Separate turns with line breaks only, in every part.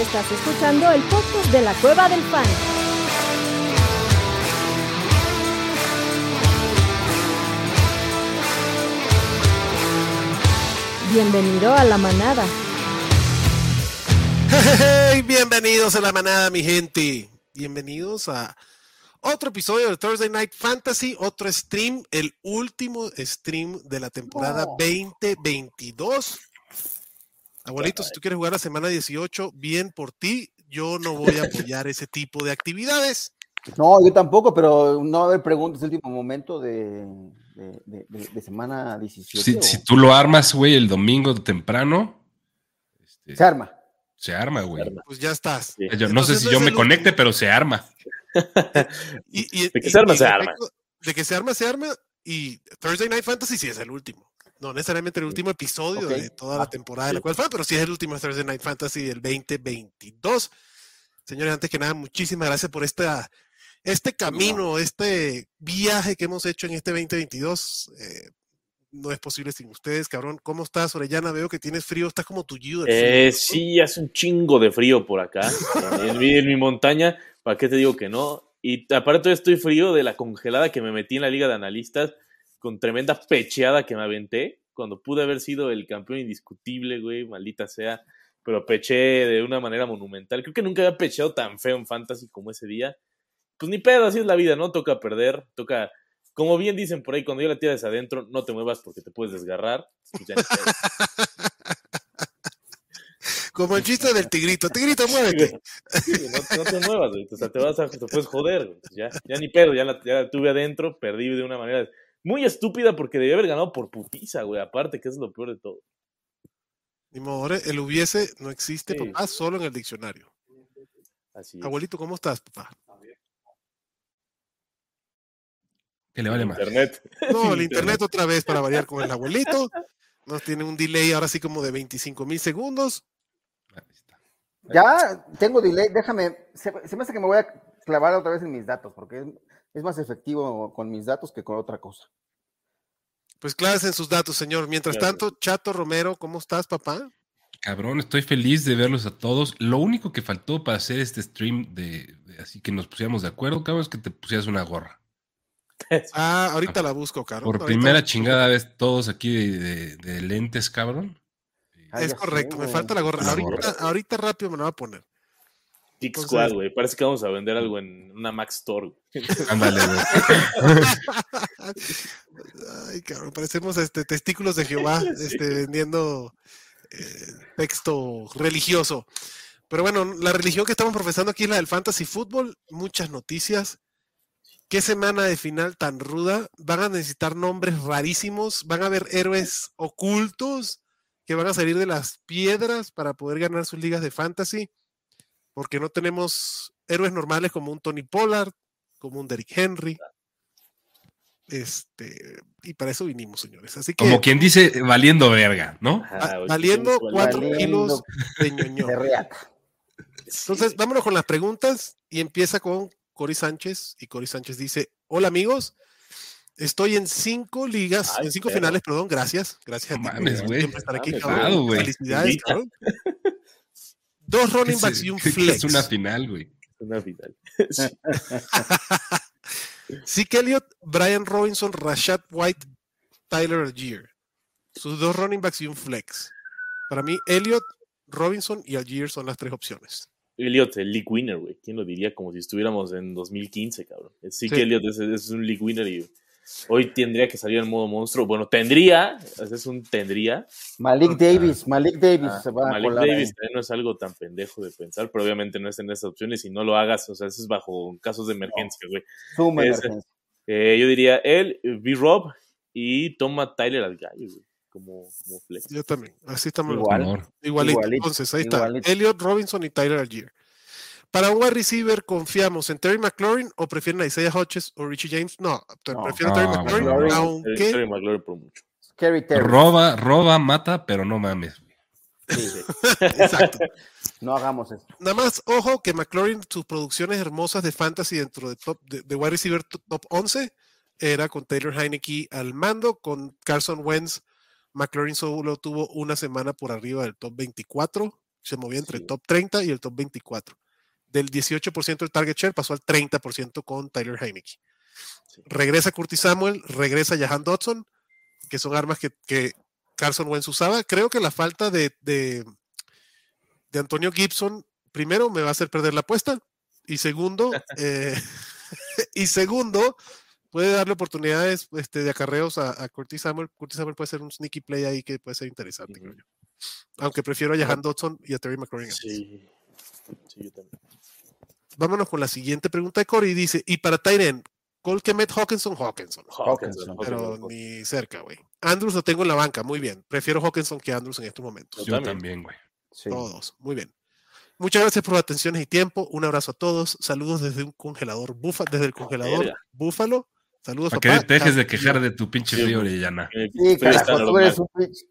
Estás escuchando el podcast de la Cueva del Fan. Bienvenido a la manada.
Hey, bienvenidos a la manada, mi gente. Bienvenidos a otro episodio de Thursday Night Fantasy, otro stream, el último stream de la temporada 2022. Abuelito, si tú quieres jugar la semana 18, bien por ti. Yo no voy a apoyar ese tipo de actividades.
No, yo tampoco, pero no va a haber preguntas el último momento de, de- de- de- de semana 17.
Si,
o-
si tú lo armas, güey, el domingo temprano, este,
Se arma.
se arma, güey.
Pues ya estás.
Yo no sé
Entonces,
si
no
yo
es
me
el
conecte, pero se arma.
Y- y-
De que
y-
se arma,
y
se
en
arma.
efecto, De que se arma, se arma. Y Thursday Night Fantasy sí es el último. No necesariamente el último episodio
Ok.
de toda la
Ah,
temporada de la cual fue, pero sí es el último Thursday Night Fantasy del 2022. Señores, antes que nada, muchísimas gracias por esta, este camino, este viaje que hemos hecho en este 2022. Eh, no es posible sin ustedes, cabrón. ¿Cómo estás, Orellana? Veo que tienes frío, estás como tullido. del frío,
Eh,
¿no?
sí, hace un chingo de frío por acá. en, mi, en mi montaña, ¿para qué te digo que no? Y aparte todavía estoy frío de la congelada que me metí en la liga de analistas con tremenda pecheada que me aventé cuando pude haber sido el campeón indiscutible, güey, maldita sea. Pero peché de una manera monumental. Creo que nunca había pecheado tan feo en Fantasy como ese día. Pues ni pedo, así es la vida, ¿no? Toca perder, toca... Como bien dicen por ahí, cuando yo la tiras adentro, no te muevas porque te puedes desgarrar. Pues ya ni pedo.
Como el chiste del tigrito. Tigrito, muévete.
Sí, güey, no, no te muevas, güey. O sea, te vas a, te puedes joder, güey. pues Ya, ya ni pedo, ya la, ya la tuve adentro, perdí de una manera muy estúpida porque debía haber ganado por putiza, güey. Aparte, que es lo peor de todo.
Ni modo, eh, el hubiese no existe,
Sí.
papá, solo en el diccionario.
Así es.
Abuelito, ¿cómo estás, papá?
Que le vale más.
Internet.
No, el internet otra vez para variar con el abuelito. Nos tiene un delay ahora sí como de 25 mil segundos.
Ya
Eh.
tengo delay, déjame. Se, se me hace que me voy a clavar otra vez en mis datos, porque es, es más efectivo con mis datos que con otra cosa.
Pues claves en sus datos, señor. Mientras
Claro.
tanto, Chato Romero, ¿cómo estás, papá?
Cabrón, estoy feliz de verlos a todos. Lo único que faltó para hacer este stream de, de- así que nos pusiéramos de acuerdo, cabrón, es que te pusieras una gorra.
Ah, ahorita la busco, caro.
Por
Ahorita-
primera chingada vez, todos aquí de, de- de lentes, cabrón. Ah,
Ay,
Es
ya sé,
correcto, me
güey.
falta la gorra.
La
Ahorita,
gorra.
ahorita rápido me la voy a poner.
Kick
Entonces-
Squad, güey. Parece que vamos a vender algo en una Mac Store, güey.
Ándale, güey.
Ay, cabrón, parecemos este, testículos de Jehová este, vendiendo eh, texto religioso. Pero bueno, la religión que estamos profesando aquí es la del fantasy fútbol. Muchas noticias. ¿Qué semana de final tan ruda? Van a necesitar nombres rarísimos. Van a haber héroes ocultos que van a salir de las piedras para poder ganar sus ligas de fantasy. Porque no tenemos héroes normales como un Tony Pollard, como un Derrick Henry. Este, y para eso vinimos, señores. Así que
Como quien dice, valiendo verga, ¿no?
Ajá, Ah, güey.
Ah, valiendo
Kick Squad,
cuatro
güey.
kilos de ñoño.
De reata.
Entonces, vámonos con las preguntas y empieza con Cory Sánchez. Y Cory Sánchez dice: Hola amigos, estoy en cinco ligas,
Ay,
en cinco
perro.
finales, perdón, gracias. Gracias
No
a ti
mames,
por
güey.
siempre estar aquí,
Mames,
cabrón.
wow, güey.
Felicidades,
Invita.
cabrón. Dos running
Es-
backs y un
es
flex.
una final, güey.
Una final.
Sí, Elliott, Brian Robinson, Rashad White, Tyler Algier. Sus dos running backs y un flex. Para mí, Elliott, Robinson y Algier son las tres opciones.
Elliot, el League Winner, güey. ¿Quién lo diría? Como si estuviéramos en 2015, cabrón. Sí,
Sí.
que Elliot es, es un League Winner y hoy tendría que salir en modo monstruo. Bueno, tendría, es un tendría.
Malik Davis, Malik Davis
Ah,
se va a
Malik
colar. ahí.
Davis también no es algo tan pendejo de pensar, pero obviamente no es en esas opciones y no lo hagas, o sea, eso es bajo casos de emergencia, güey.
Suma
Ese-
emergencia.
Eh, yo diría él, B-Rob y toma Tyler al gallo, güey, como, como flex.
Yo también. Así estamos los
Igual.
Honor.
Igualito.
Igualito,
Entonces, ahí
igualito.
está. Elliot Robinson y Tyler Algier. Para un wide receiver, ¿confiamos en Terry McLaurin o prefieren a Isaiah Hodges o Richie James? No, te-
No.
prefiero a
Ah,
Terry McLaurin,
bueno, no.
aunque
Terry McLaurin por mucho.
Scary Terry.
Roba, roba, mata, pero no mames.
Sí, sí.
exacto.
No hagamos eso.
Nada más, ojo que McLaurin, sus producciones hermosas de fantasy dentro de top de, de wide receiver to- top 11 era con Taylor Heineke al mando, con Carson Wentz. McLaurin solo tuvo una semana por arriba del top 24 se movía entre
Sí.
el top 30 y el top 24. Del 18% del target share pasó al 30% con Tyler Heineke.
Sí.
Regresa Curtis Samuel, regresa Jahan Dodson, que son armas que, que Carson Wentz usaba. Creo que la falta de, de, de Antonio Gibson, primero, me va a hacer perder la apuesta. Y segundo, eh, y segundo, puede darle oportunidades este, de acarreos a, a Curtis Samuel. Curtis Samuel puede ser un sneaky play ahí que puede ser interesante, creo
Ujú.
yo. Aunque prefiero a Jahan Dodson y a Terry McLaurin.
Sí. Sí, yo también.
Vámonos con la siguiente pregunta de Corey. Dice, y para Tyren, Cole Kemet Hawkinson, Hawkinson.
Hawkinson.
Hawkinson,
Pero
Hawkinson.
ni cerca, güey. Andrews lo tengo en la banca, muy bien. Prefiero Hawkinson que Andrews en estos momentos.
Yo
Totalmente.
también, güey.
Sí.
Todos, muy bien. Muchas gracias por las atenciones y tiempo. Un abrazo a todos. Saludos desde un congelador bufa, desde el congelador
Ah, Verga.
búfalo. Saludos
Para que te dejes de quejar
Cam-
de tu pinche
Sí,
frío,
güey.
Orellana.
Eh,
Sí,
pero está
carajo, tú
normal.
eres un pinche-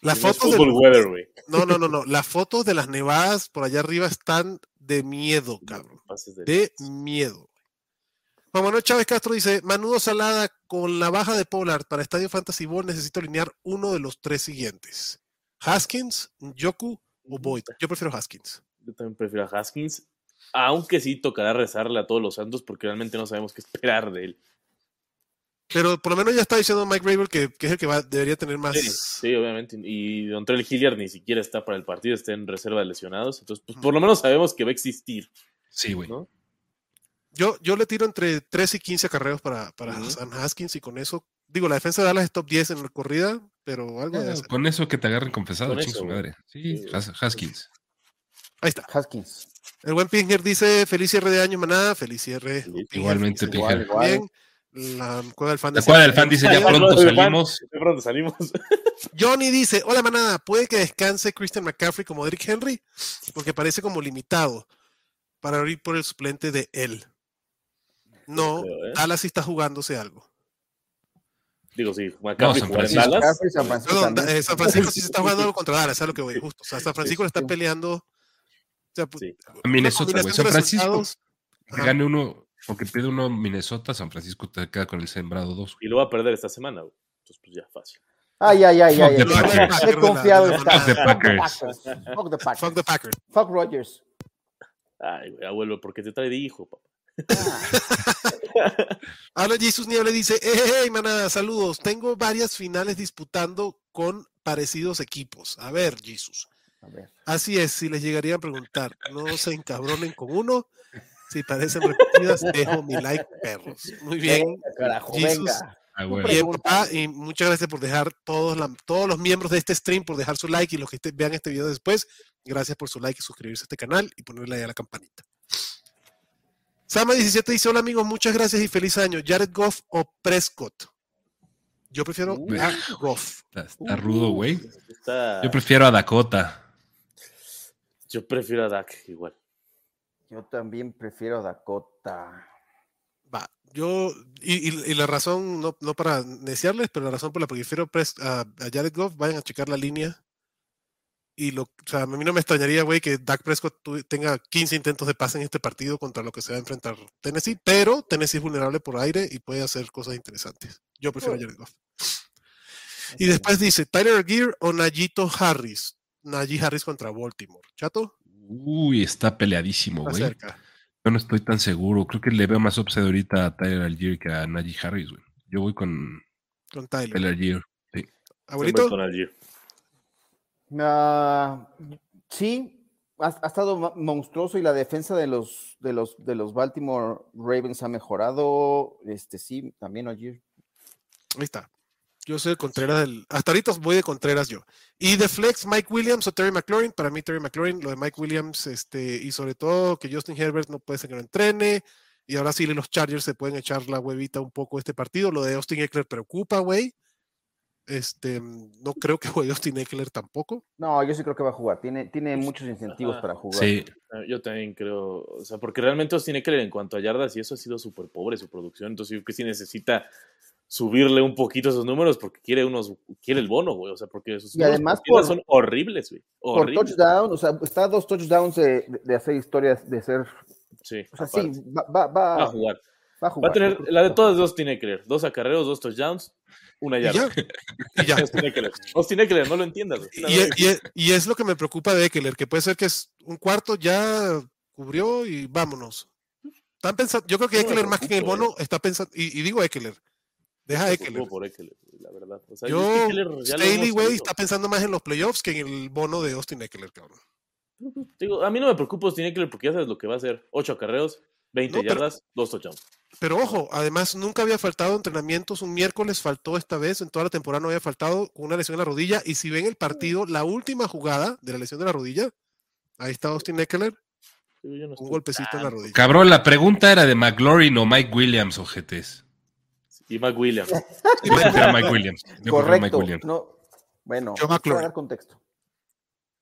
Las
No es
fotos
fútbol
del-
weather, güey.
No, no, no, no. Las fotos de las nevadas por allá arriba están de miedo, cabrón.
Pases de-
De miedo. Juan Manuel Chávez Castro dice: Manudo Salada, con la baja de Pollard para Estadio Fantasy Bowl necesito alinear uno de los tres siguientes: Haskins, Yoku
Mm.
o Boyd. Yo prefiero Haskins.
Yo también prefiero a Haskins. Aunque sí tocará rezarle a todos los santos porque realmente no sabemos qué esperar de él.
Pero por lo menos ya está diciendo Mike Rabel que, que es el que va- debería tener más.
Sí, sí, obviamente. Y Dontrell Hilliard ni siquiera está para el partido, está en reserva de lesionados. Entonces, pues por lo menos sabemos que va a existir.
Sí, güey.
¿no?
Yo, yo le tiro entre 13 y 15 acarreos para, para
Ujú.
Sam Haskins y con eso. Digo, la defensa de Dallas es top 10 en la corrida, pero algo de
Ah,
hacer.
Con eso que te agarren confesado,
Con
ching
eso,
su
güey.
madre. Sí,
Sí, güey.
Has- Haskins.
Ahí está.
Haskins.
El buen Pinger dice: Feliz cierre de año, manada. Feliz cierre.
Sí,
Pinger,
Igualmente,
feliz
Igual,
Pinger.
año
igual.
también. La cueva del fan
La
de
cuadra del
siempre.
fan dice, ya
Ya
pronto
pronto el fan".
salimos.
De pronto salimos.
Johnny dice: Hola, manada. ¿Puede que descanse Christian McCaffrey como Derrick Henry? Porque parece como limitado para abrir por el suplente de él. No,
creo, ¿eh?
Dallas sí está jugándose algo.
Digo, sí, McCaffrey
San
jugar en
Francisco.
Dallas.
Caffrey, San Francisco
Perdón,
también.
eh, San Francisco sí se está jugando algo contra Dallas, es lo que voy, justo. O sea, San Francisco le está
sí.
peleando. O sea, pu-
Sí.
una
Minnesota, güey.
combinación
San
de
Francisco.
resultados.
Que gane uno, porque pierde uno Minnesota, San Francisco te queda con el sembrado 2.
Y lo va a perder esta semana, güey. Entonces, pues ya fácil.
Ay, ay, ay, ay.
Fuck the
ay.
Packers.
Qué confiado
Fuck
está.
the
Packers.
Fuck the Packers.
Fuck the Packers.
Fuck Rogers.
Ay, güey, abuelo, porque te trae de hijo, papá.
Habla Jesus Niebla y dice, hey, manada, saludos. Tengo varias finales disputando con parecidos equipos. A ver, Jesus.
A ver.
Así es, si les llegaría a preguntar, no se encabronen con uno. Si parecen repetidas, dejo mi like, perros. Muy bien.
Venga, carajo,
Jesus.
venga.
Ah, güey.
Siempre.
Bien, papá, y muchas gracias por dejar todos, la- todos los miembros de este stream por dejar su like y los que este- vean este video después, gracias por su like y suscribirse a este canal y ponerle ahí a la campanita. Sama17 dice: Hola amigos, muchas gracias y feliz año. Jared Goff o Prescott. Yo prefiero
Uh.
a Goff.
Está, está rudo,
uh,
güey.
Está-
Yo prefiero a Dakota.
Yo prefiero a Dak igual.
Yo también prefiero Dakota.
Va, yo, y, y- y la razón, no, no para neciarles, pero la razón por la que prefiero Pres- a, a Jared Goff, vayan a checar la línea. Y lo, o sea, a mí no me extrañaría, güey, que Dak Prescott tu- tenga 15 intentos de pase en este partido contra lo que se va a enfrentar Tennessee, pero Tennessee es vulnerable por aire y puede hacer cosas interesantes. Yo prefiero a Jared Goff. Y después dice, Tyler Gear o Najito Harris. Najee Harris contra Baltimore. Chato,
Uy, está peleadísimo,
está
güey.
cerca.
Yo no estoy tan seguro. Creo que le veo más upside ahorita a Tyler Algier que a Najee Harris, güey. Yo voy con
Con Tyler.
Tyler Algier.
Abuelito,
Siempre con Algier.
Ah, sí, ha, ha estado ma- monstruoso y la defensa de los, de los, de los Baltimore Ravens ha mejorado. Este sí, también Ogier.
Ahí está. Yo soy de Contreras del. Hasta ahorita voy de Contreras yo. Y de Flex, Mike Williams o Terry McLaurin. Para mí, Terry McLaurin, lo de Mike Williams, este, y sobre todo que Justin Herbert no puede ser que lo entrene. Y ahora sí los Chargers se pueden echar la huevita un poco este partido. Lo de Austin Eckler preocupa, güey. Este, mm, no creo que juegue Austin Eckler tampoco.
No, yo sí creo que va a jugar. Tiene, tiene
Pues,
muchos incentivos
Ajá.
para jugar.
Sí,
Eh, Yo también creo, o sea, porque realmente tiene que en cuanto a yardas y eso ha sido súper pobre su producción, entonces yo creo que sí necesita subirle un poquito esos números porque quiere unos quiere el bono, güey, o sea, porque sus
Y
números
además
por tierra
por-
son horribles, güey.
Por
Horribles.
touchdown, o sea, está a dos touchdowns de, de- de hacer historias, de ser.
Sí,
O sea,
aparte.
sí, va, va- va-
Va a jugar.
va Va a
Va
jugar.
a tener, la de todas dos tiene que leer. Dos acarreos, dos touchdowns, una
Y ya.
yarda.
Y ya.
Austin Eckler. Austin Eckler, no lo entiendas. güey.
Y, y- y- y es lo que me preocupa de Eckler, que puede ser que es un cuarto ya cubrió y vámonos. Están pensando, yo creo que
No me
Eckler más que en el
preocupo, eh.
bono está pensando, y, y digo Eckler, deja a Eckler.
Juego por Eckler, güey, la verdad. O sea, es que
Yo,
Eckler ya lo
Staley,
hemos
güey,
oído.
está pensando más en los playoffs que en el bono de Austin Eckler, cabrón.
Digo, a mí no me preocupa Austin Eckler porque ya sabes lo que va a hacer. Ocho acarreos, 20
No, pero-
yardas, dos touchdowns.
Pero ojo, además nunca había faltado entrenamientos, un miércoles faltó esta vez, en toda la temporada no había faltado con una lesión en la rodilla, y si ven el partido, la última jugada de la lesión de la rodilla, ahí está Austin Eckler,
Digo, yo no
un
estoy
golpecito en la
tan-
rodilla.
Cabrón, la pregunta era de McLaurin o Mike Williams, ojetes.
Y Mac Williams.
Yo prefiero a Mike Williams. Yo prefiero a Mike
Correcto.
Williams.
No, bueno,
Joe
hay que
McLaurin.
dar contexto.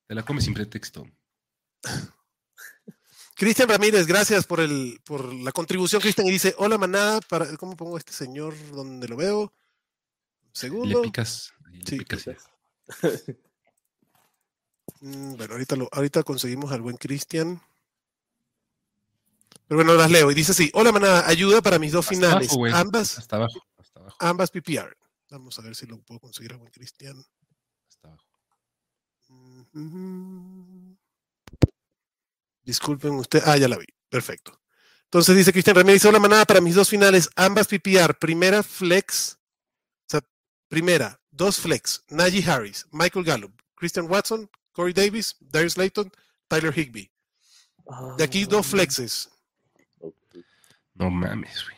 Te la comes sin pretexto.
Cristian Ramírez, gracias por el, por la contribución, Cristian, y dice, hola manada, para, ¿cómo pongo a este señor donde lo veo?
Le
Segundo.
picas. y Le
Sí,
picas. y-
Mm, Bueno, ahorita, lo, ahorita conseguimos al buen Cristian. Pero bueno, las leo. Y dice así, hola manada, ayuda para mis dos
Hasta
finales.
abajo, güey.
ambas,
Hasta abajo. Hasta abajo.
ambas PPR. Vamos a ver si lo puedo conseguir al buen Cristian.
Hasta abajo.
Ujú. Disculpen usted. Ah, ya la vi. Perfecto. Entonces dice Cristian Ramírez, dice, hola manada para mis dos finales, ambas PPR, primera flex, o sea, primera, dos flex, Najee Harris, Michael Gallup, Christian Watson, Corey Davis, Darius Layton, Tyler Higby.
Ah,
De aquí
Oh,
dos flexes.
No mames, güey.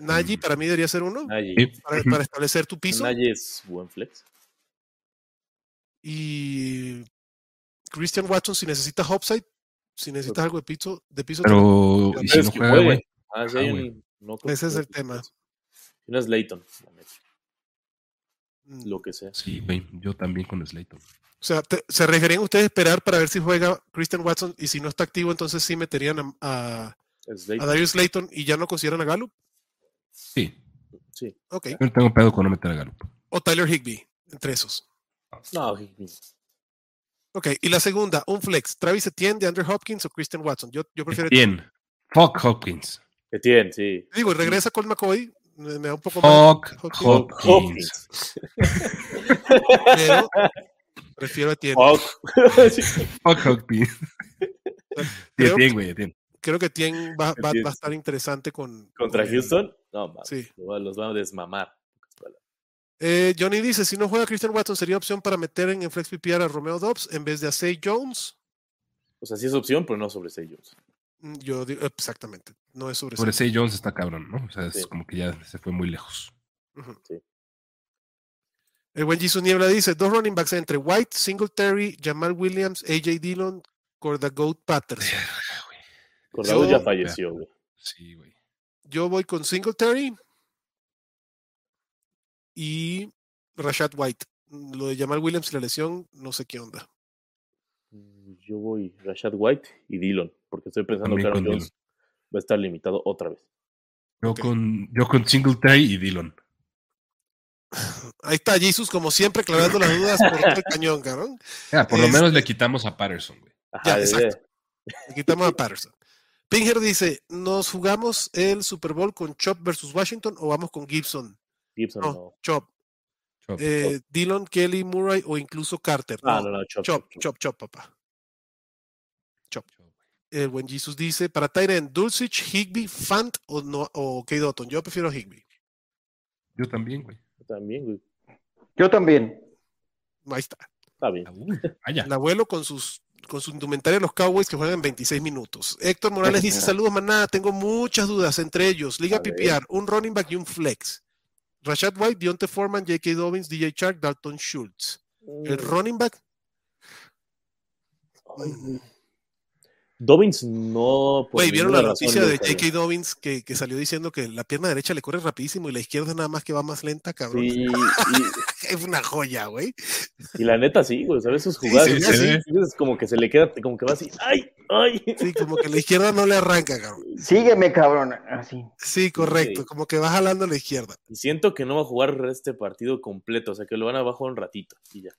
Najee
Mm.
para mí debería ser uno,
Naye.
para, para establecer tu piso.
Naye es buen flex.
Y Christian Watson, si necesitas upside, si necesitas algo de piso, de piso
Pero, ¿y si
Es
no
que
juega,
juegue.
güey?
Ah, sí,
Ah,
hay un-
güey.
no creo
ese
que
es el
juegue.
tema.
Y No es Layton, la neta,
Mm.
lo que sea.
Sí, güey. Yo también con Slayton.
O sea, te- ¿se arriesgarían ustedes a esperar para ver si juega Christian Watson y si no está activo, entonces sí meterían a, a,
Es
a
Layton,
Darius Layton y ya no consideran a Gallup?
Sí.
sí.
Ok.
Yo no tengo pedo con no meter a Garup.
O Tyler Higby, entre esos.
No, Higby.
Ok. Y la segunda, un flex. Travis Etienne, de Andrew Hopkins o Christian Watson. Yo, yo prefiero.
Bien. Fuck Hopkins.
Etienne, sí.
Digo, y regresa Colt McCoy. Me, me da un poco
Oh.
más.
Fuck
Hopkins.
Hopkins.
Pero prefiero a Etienne.
Oh. Fuck. Sí.
Fuck Hopkins.
Creo,
Bien, güey. Bien.
creo que Etienne va, va- va
Etienne.
a estar interesante con.
¿Contra
con el-
Houston? No, mames,
Sí.
lo va- los van a desmamar.
Eh, Johnny dice, si no juega Christian Watson, sería opción para meter en, en Flex PPR a Romeo Dobbs en vez de a Say Jones.
O sea, sí es opción, pero no sobre sellos.
Mm, Yo digo, exactamente, no es sobre
Sobre
sí.
Say Jones está cabrón, ¿no? O sea, es
Sí.
como que ya se fue muy lejos.
Ujú.
sí.
El buen Jesus Niebla dice, dos running backs entre White, Singletary, Jamal Williams, AJ Dillon, Corda Goat Patterson.
Cordago
Yo-
ya falleció, güey.
Sí, güey.
Yo voy con Singletary y Rashad White. Mm, Lo de Jamal Williams y la lesión, no sé qué onda.
Yo voy Rashad White y Dillon, porque estoy pensando que
También
Aaron
con
Jones va a estar limitado otra vez.
Yo,
Ok.
con, yo con Singletary y Dillon.
Ahí está Jesus, como siempre, aclarando las dudas por todo el cañón, cabrón.
Ya, Ah, por lo
Este-
menos le quitamos a Patterson, güey.
Ajá,
Ya,
ya,
exacto. Le quitamos a Patterson. Pinger dice, ¿nos jugamos el Super Bowl con Chop versus Washington o vamos con Gibson?
Gibson
No,
no.
Chop.
Chop.
Eh, Dillon, Kelly, Murray o incluso Carter.
Ah,
No,
no, no,
Chop,
Chop. Chop, Chop.
chop, chop, papá. El buen Jesus dice, para Tyren, Dulcich, Higby, Fant o, no, o Kate Otton. Yo prefiero a Higby.
Yo también, güey.
También, güey.
Yo también.
Ahí está.
Está bien.
Uh, vaya.
El abuelo con sus con su indumentaria de los Cowboys que juegan 26 minutos. Héctor Morales dice, saludos manada, tengo muchas dudas, entre ellos, Liga
A ver.
PPR, un running back y un flex. Rashad White, Dionte Foreman, J.K. Dobbins, DJ Chark, Dalton Schultz. El
Uh.
running back,
Ay, güey. Dobbins no. por
güey, ¿vieron la
ninguna Pues, razón
noticia de
nunca, güey.
J.K. Dobbins que, que salió diciendo que la pierna derecha le corre rapidísimo y la izquierda nada más que va más lenta, cabrón?
Sí,
Es una joya, güey.
y, y la neta sí, güey. ¿Sabes sus
Sí,
jugadas?
se ve así.
Es como que se le queda, como que va así. ¡Ay! ¡Ay!
Sí, como que la izquierda no le arranca, cabrón.
Sígueme, cabrón. Ah, Así.
Sí, correcto, como que va jalando a la izquierda.
Y siento que no va a jugar este partido completo, o sea que lo van a bajar un ratito y ya.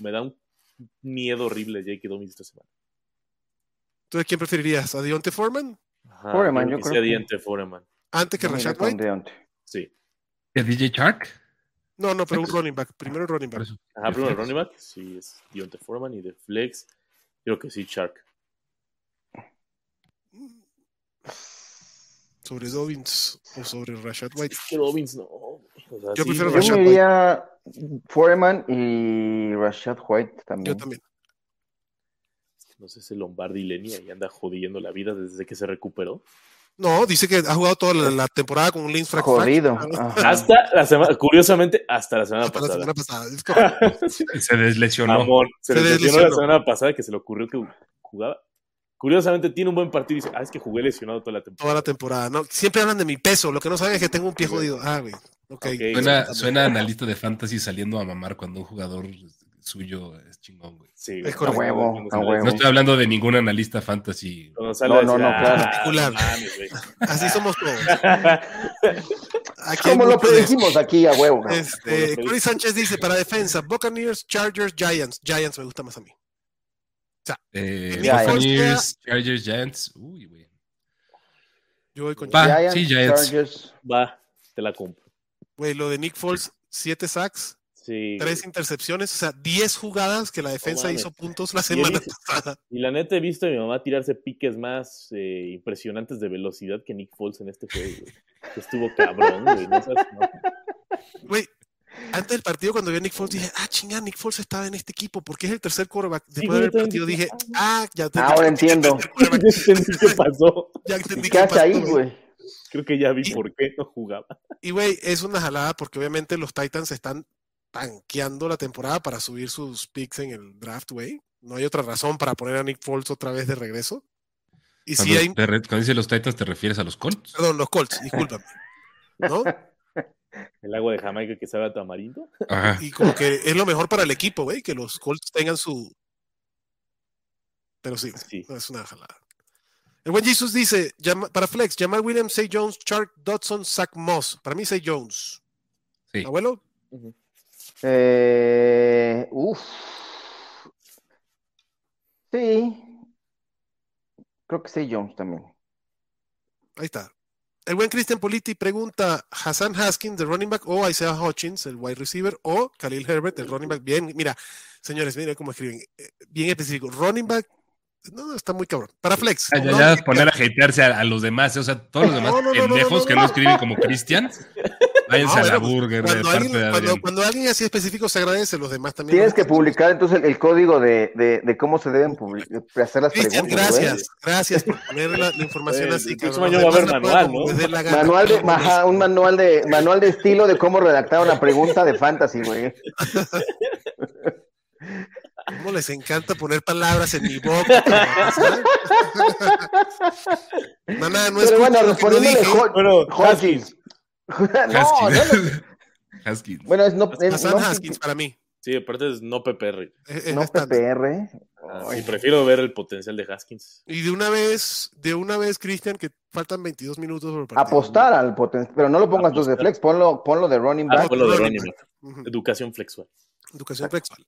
Me da un miedo horrible Jake Dobbins esta semana.
¿Tú a quién preferirías? ¿A Dionte Foreman?
Ajá,
Foreman,
creo
yo
que
creo
sea
que-
diente Foreman.
Antes que Rashad White.
Sí.
¿El DJ Shark?
No, no, pero un running back. Primero running back.
Ajá, primero el running back. Sí, es Dionte Foreman y de Flex. Creo que sí, Shark.
Sobre Dobbins o sobre Rashad White.
Es que Robbins no. O sea,
Yo prefiero
güey.
Rashad
Yo me
White.
iría Foreman y Rashad White también.
Yo también.
No sé, ese Lombardi Lenny ahí anda jodiendo la vida desde que se recuperó.
No, dice que ha jugado toda la, la temporada con un Lynx frac-
Jodido.
frac-
ajá.
Hasta la semana, curiosamente, hasta la semana
hasta la
pasada.
semana pasada. Es correcto.
Se deslesionó.
Amor, se
Se
les lesionó
lesionó.
la semana pasada que se le ocurrió que jugaba. Curiosamente tiene un buen partido y dice, ah, es que jugué lesionado toda la temporada.
toda la temporada. No, siempre hablan de mi peso. Lo que no saben es que tengo un pie jodido. Ah, güey. Ok.
Ok.
Suena, suena analista de fantasy saliendo a mamar cuando un jugador suyo es chingón, güey.
Sí,
Es
güey.
correcto.
A huevo,
Cuando
a
sale-
huevo.
No estoy hablando de ningún analista fantasy.
cuando sale a
No, no,
decir,
no, claro.
"Ah,
Particular.
mames, güey".
Así somos todos. Aquí hay
Como lo
mucho
pues.
de eso.
predijimos aquí a huevo.
Este, Cory Sánchez dice, para defensa, Buccaneers, Chargers, Giants. Giants me gusta más a mí.
Eh,
Ya, ya.
Buccaneers,
este
Chargers, Giants. Uy, güey.
Yo voy con
Va,
Giants,
sí, Giants.
Chargers.
Va, te la compro.
Güey, lo de Nick Foles, 7 sacks,
Sí.
3 intercepciones, o sea, 10 jugadas que la defensa
mames.
hizo puntos la
Y este él
semana
dice-
pasada.
Y la neta he visto a mi mamá tirarse piques más eh, impresionantes de velocidad que Nick Foles en este juego, güey. Que Estuvo cabrón, güey. No seas- no.
Güey, antes del partido cuando vi a Nick Foles dije, ah, chingada, Nick Foles estaba en este equipo, porque es el tercer quarterback. Después
güey,
del
yo también
partido
dije,
dije, ah, ya te
Ahora entiendo.
Yo entendí qué pasó.
ya entendí
¿Qué hace
pasó,
ahí, güey?
Creo que ya vi por qué no jugaba.
Y, güey, es una jalada porque obviamente los Titans están tanqueando la temporada para subir sus picks en el draft, güey. No hay otra razón para poner a Nick Foles otra vez de regreso. Y si
Cuando,
hay,
te re- cuando dices los Titans, ¿te refieres a los Colts?
perdón, los Colts, discúlpame. ¿No?
El agua de Jamaica que sabe a tamarindo.
Ajá.
Y como que es lo mejor para el equipo, güey, que los Colts tengan su... Pero sí,
Sí.
no, es una jalada. El buen Jesus dice, "Jam- para Flex, Jamal Williams, Say Jones, Chark Dodson, Zach Moss. Para mí, Say Jones.
Sí.
Abuelo,
Eh, uf. Sí. Creo que sí, Jones también.
Ahí está. El buen Christian Politi pregunta: ¿Hassan Haskins, el running back, o Isaiah Hutchins, el wide receiver, o Khalil Herbert, el running back? Bien, mira, señores, miren cómo escriben. eh, Bien específico. Running back, no, no, está muy cabrón. Para flex.
Ya, ya,
no,
ya, poner a hatearse a, a los demás, o sea, todos los demás
No, no, no, no,
pendejos
no, no,
que no
no.
escriben como Cristian, váyanse
No,
a la
bueno,
burger de
Cuando
parte
alguien,
de
cuando,
Adrián.
cuando alguien así específico se agradece, los demás también.
Tienes
lo-
que publicar entonces el, el código de, de, de cómo se deben public- hacer las
Cristian,
preguntas. güey.
gracias. Gracias por poner la, la información
Güey,
así.
el próximo
cabrón.
año
Los
va a haber
demás la pueden
manual, ¿no?
como les dé la gana.
Manual de, ajá, un manual de manual de estilo de cómo redactar una pregunta de fantasy, güey.
¿Cómo les encanta poner palabras en mi boca? cabrón, ¿sabes? Maná, no es
Pero bueno, respondiéndole Hol-
Bueno,
Hopkins. No, no, no.
Haskins. Haskins.
Bueno, es no, es,
Hassan
no,
Haskins para mí.
Sí, aparte es no PPR.
Es- es
no
bastante.
PPR.
Y prefiero ver el potencial de Haskins.
Y de una vez, de una vez, Cristian, que faltan 22 minutos por el partido.
Apostar al potencial, pero no lo pongas dos de
Apostar.
flex, ponlo, ponlo de running
Ah,
back.
fue lo de
running
Ronnie,
back. Ujú.
Educación flexual.
Educación flexual.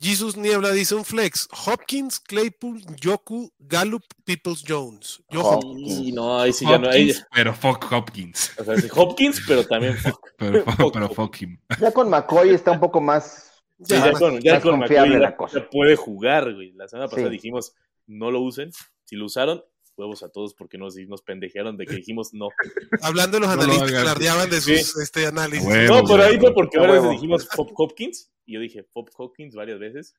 Jesus Niebla dice un flex. Hopkins, Claypool, Yoku, Gallup, Peoples Jones. Yo
Hop-
Hopkins.
Hopkins.
Sí, no, ahí sí ya no. ahí-
Hopkins, pero fuck Hopkins.
o sea, sí, Hopkins, pero también fuck.
Pero,
Fuck
pero
Hopkins.
fuck him.
Ya con McCoy está un poco más.
Sí,
Ya,
ya
más-
con, ya
más
con
confiable
McCoy
la
ya-
cosa.
ya puede jugar, güey. La semana pasada
Sí.
dijimos, no lo usen. Si lo usaron, huevos a todos porque nos, nos pendejearon de que dijimos no.
Hablando de los
No lo
analistas que
hagas.
alardeaban de
Sí.
sus este, análisis.
A huevo.
No, pero ahí fue porque
Ah,
A
varias veces
huevo.
dijimos Pop Hopkins y yo dije Pop Hopkins varias veces.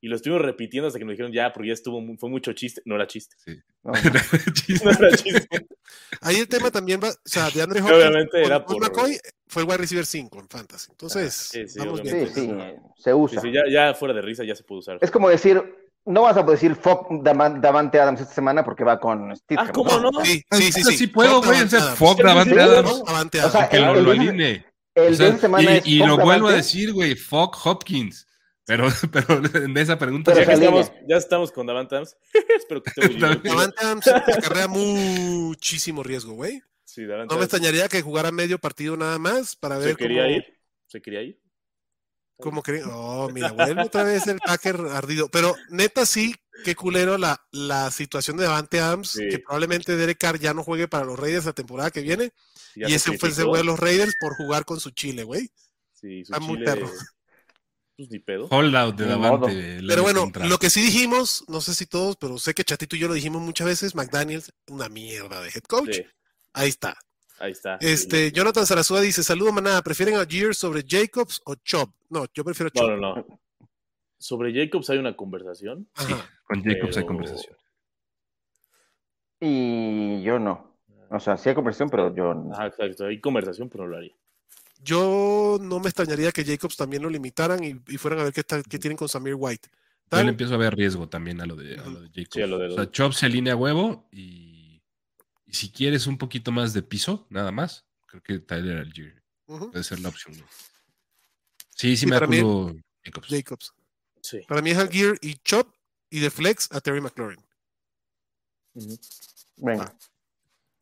Y lo estuvimos repitiendo hasta que nos dijeron ya, porque ya estuvo, mu- fue mucho chiste. No era chiste.
no.
No era chiste.
Ahí el tema también va, o sea, de Andre
Que
Hopkins.
obviamente
con-
era
con
por-
McCoy fue el wide receiver 5 en Fantasy. Entonces,
Ah, sí, sí,
vamos
obviamente.
Sí,
bien.
sí, se
Sí,
usa.
sí, ya, ya fuera de risa ya se puede usar.
Es como decir, no vas a poder decir fuck Davan- Davante Adams esta semana porque va con Steve.
Ah, ¿cómo no?
Sí, sí, sí.
Eso sí puedo,
Fuck
güey. O sea,
Davante
fuck Davante
Sí,
Adams.
Adams. Davante
O sea,
Adams.
Que
el-
lo,
el-
lo alinee.
El
O sea,
de esta semana
y,
es
y
fuck
lo vuelvo a
Davante,
decir, güey, fuck Hopkins. Pero, pero en esa pregunta
Pero
ya
Ya, que
se alinea.
estamos, ya estamos con Davante Adams. Espero que esté muy bien.
Davante Adams acarrea muchísimo riesgo, güey.
Sí, Davante
No me
Adams.
extrañaría que jugara medio partido nada más para ver
Se quería
cómo-
ir. Se quería ir.
Como que, oh, mira, vuelve otra vez el Packer ardido. Pero neta, sí, qué culero la, la situación de Davante Adams,
Sí.
que probablemente Derek Carr ya no juegue para los Raiders la temporada que viene.
Ya
y ese fue el
sacrificó.
seguro de los Raiders por jugar con su chile, güey.
Sí, su
Está muy
chile,
perro.
Pues ni pedo.
Holdout de
Ni
Davante.
modo.
eh, la
Pero bueno,
contra.
lo que sí dijimos, no sé si todos, pero sé que Chatito y yo lo dijimos muchas veces, McDaniels, una mierda de head coach.
Sí,
Ahí está.
ahí está.
Este, Jonathan Sarasúa dice, saludo manada, ¿prefieren a Gear sobre Jacobs o Chop? No, yo prefiero
No,
Chop.
no, no. Sobre Jacobs hay una conversación.
Sí, con Jacobs hay
pero-
conversación.
Y yo no. O sea, sí hay conversión, pero yo no.
Ajá, Ah, exacto. Hay conversación, pero no lo haría.
Yo no me extrañaría que Jacobs también lo limitaran y, y fueran a ver qué, está- qué tienen con Samir White.
Yo
Tal-
le empiezo a ver riesgo también a lo de, a lo de Jacobs.
Sí, a lo de
O sea,
los-
Chop se alinea a huevo y, y si quieres un poquito más de piso, nada más, creo que Tyler Algier
Ujú,
puede ser la opción. ¿no? Sí, sí
Y
me
para mí-
acuerdo Jacobs.
Jacobs.
Sí.
Para mí es a Gear y Chop y de Flex a Terry McLaurin.
Ujú.
Venga.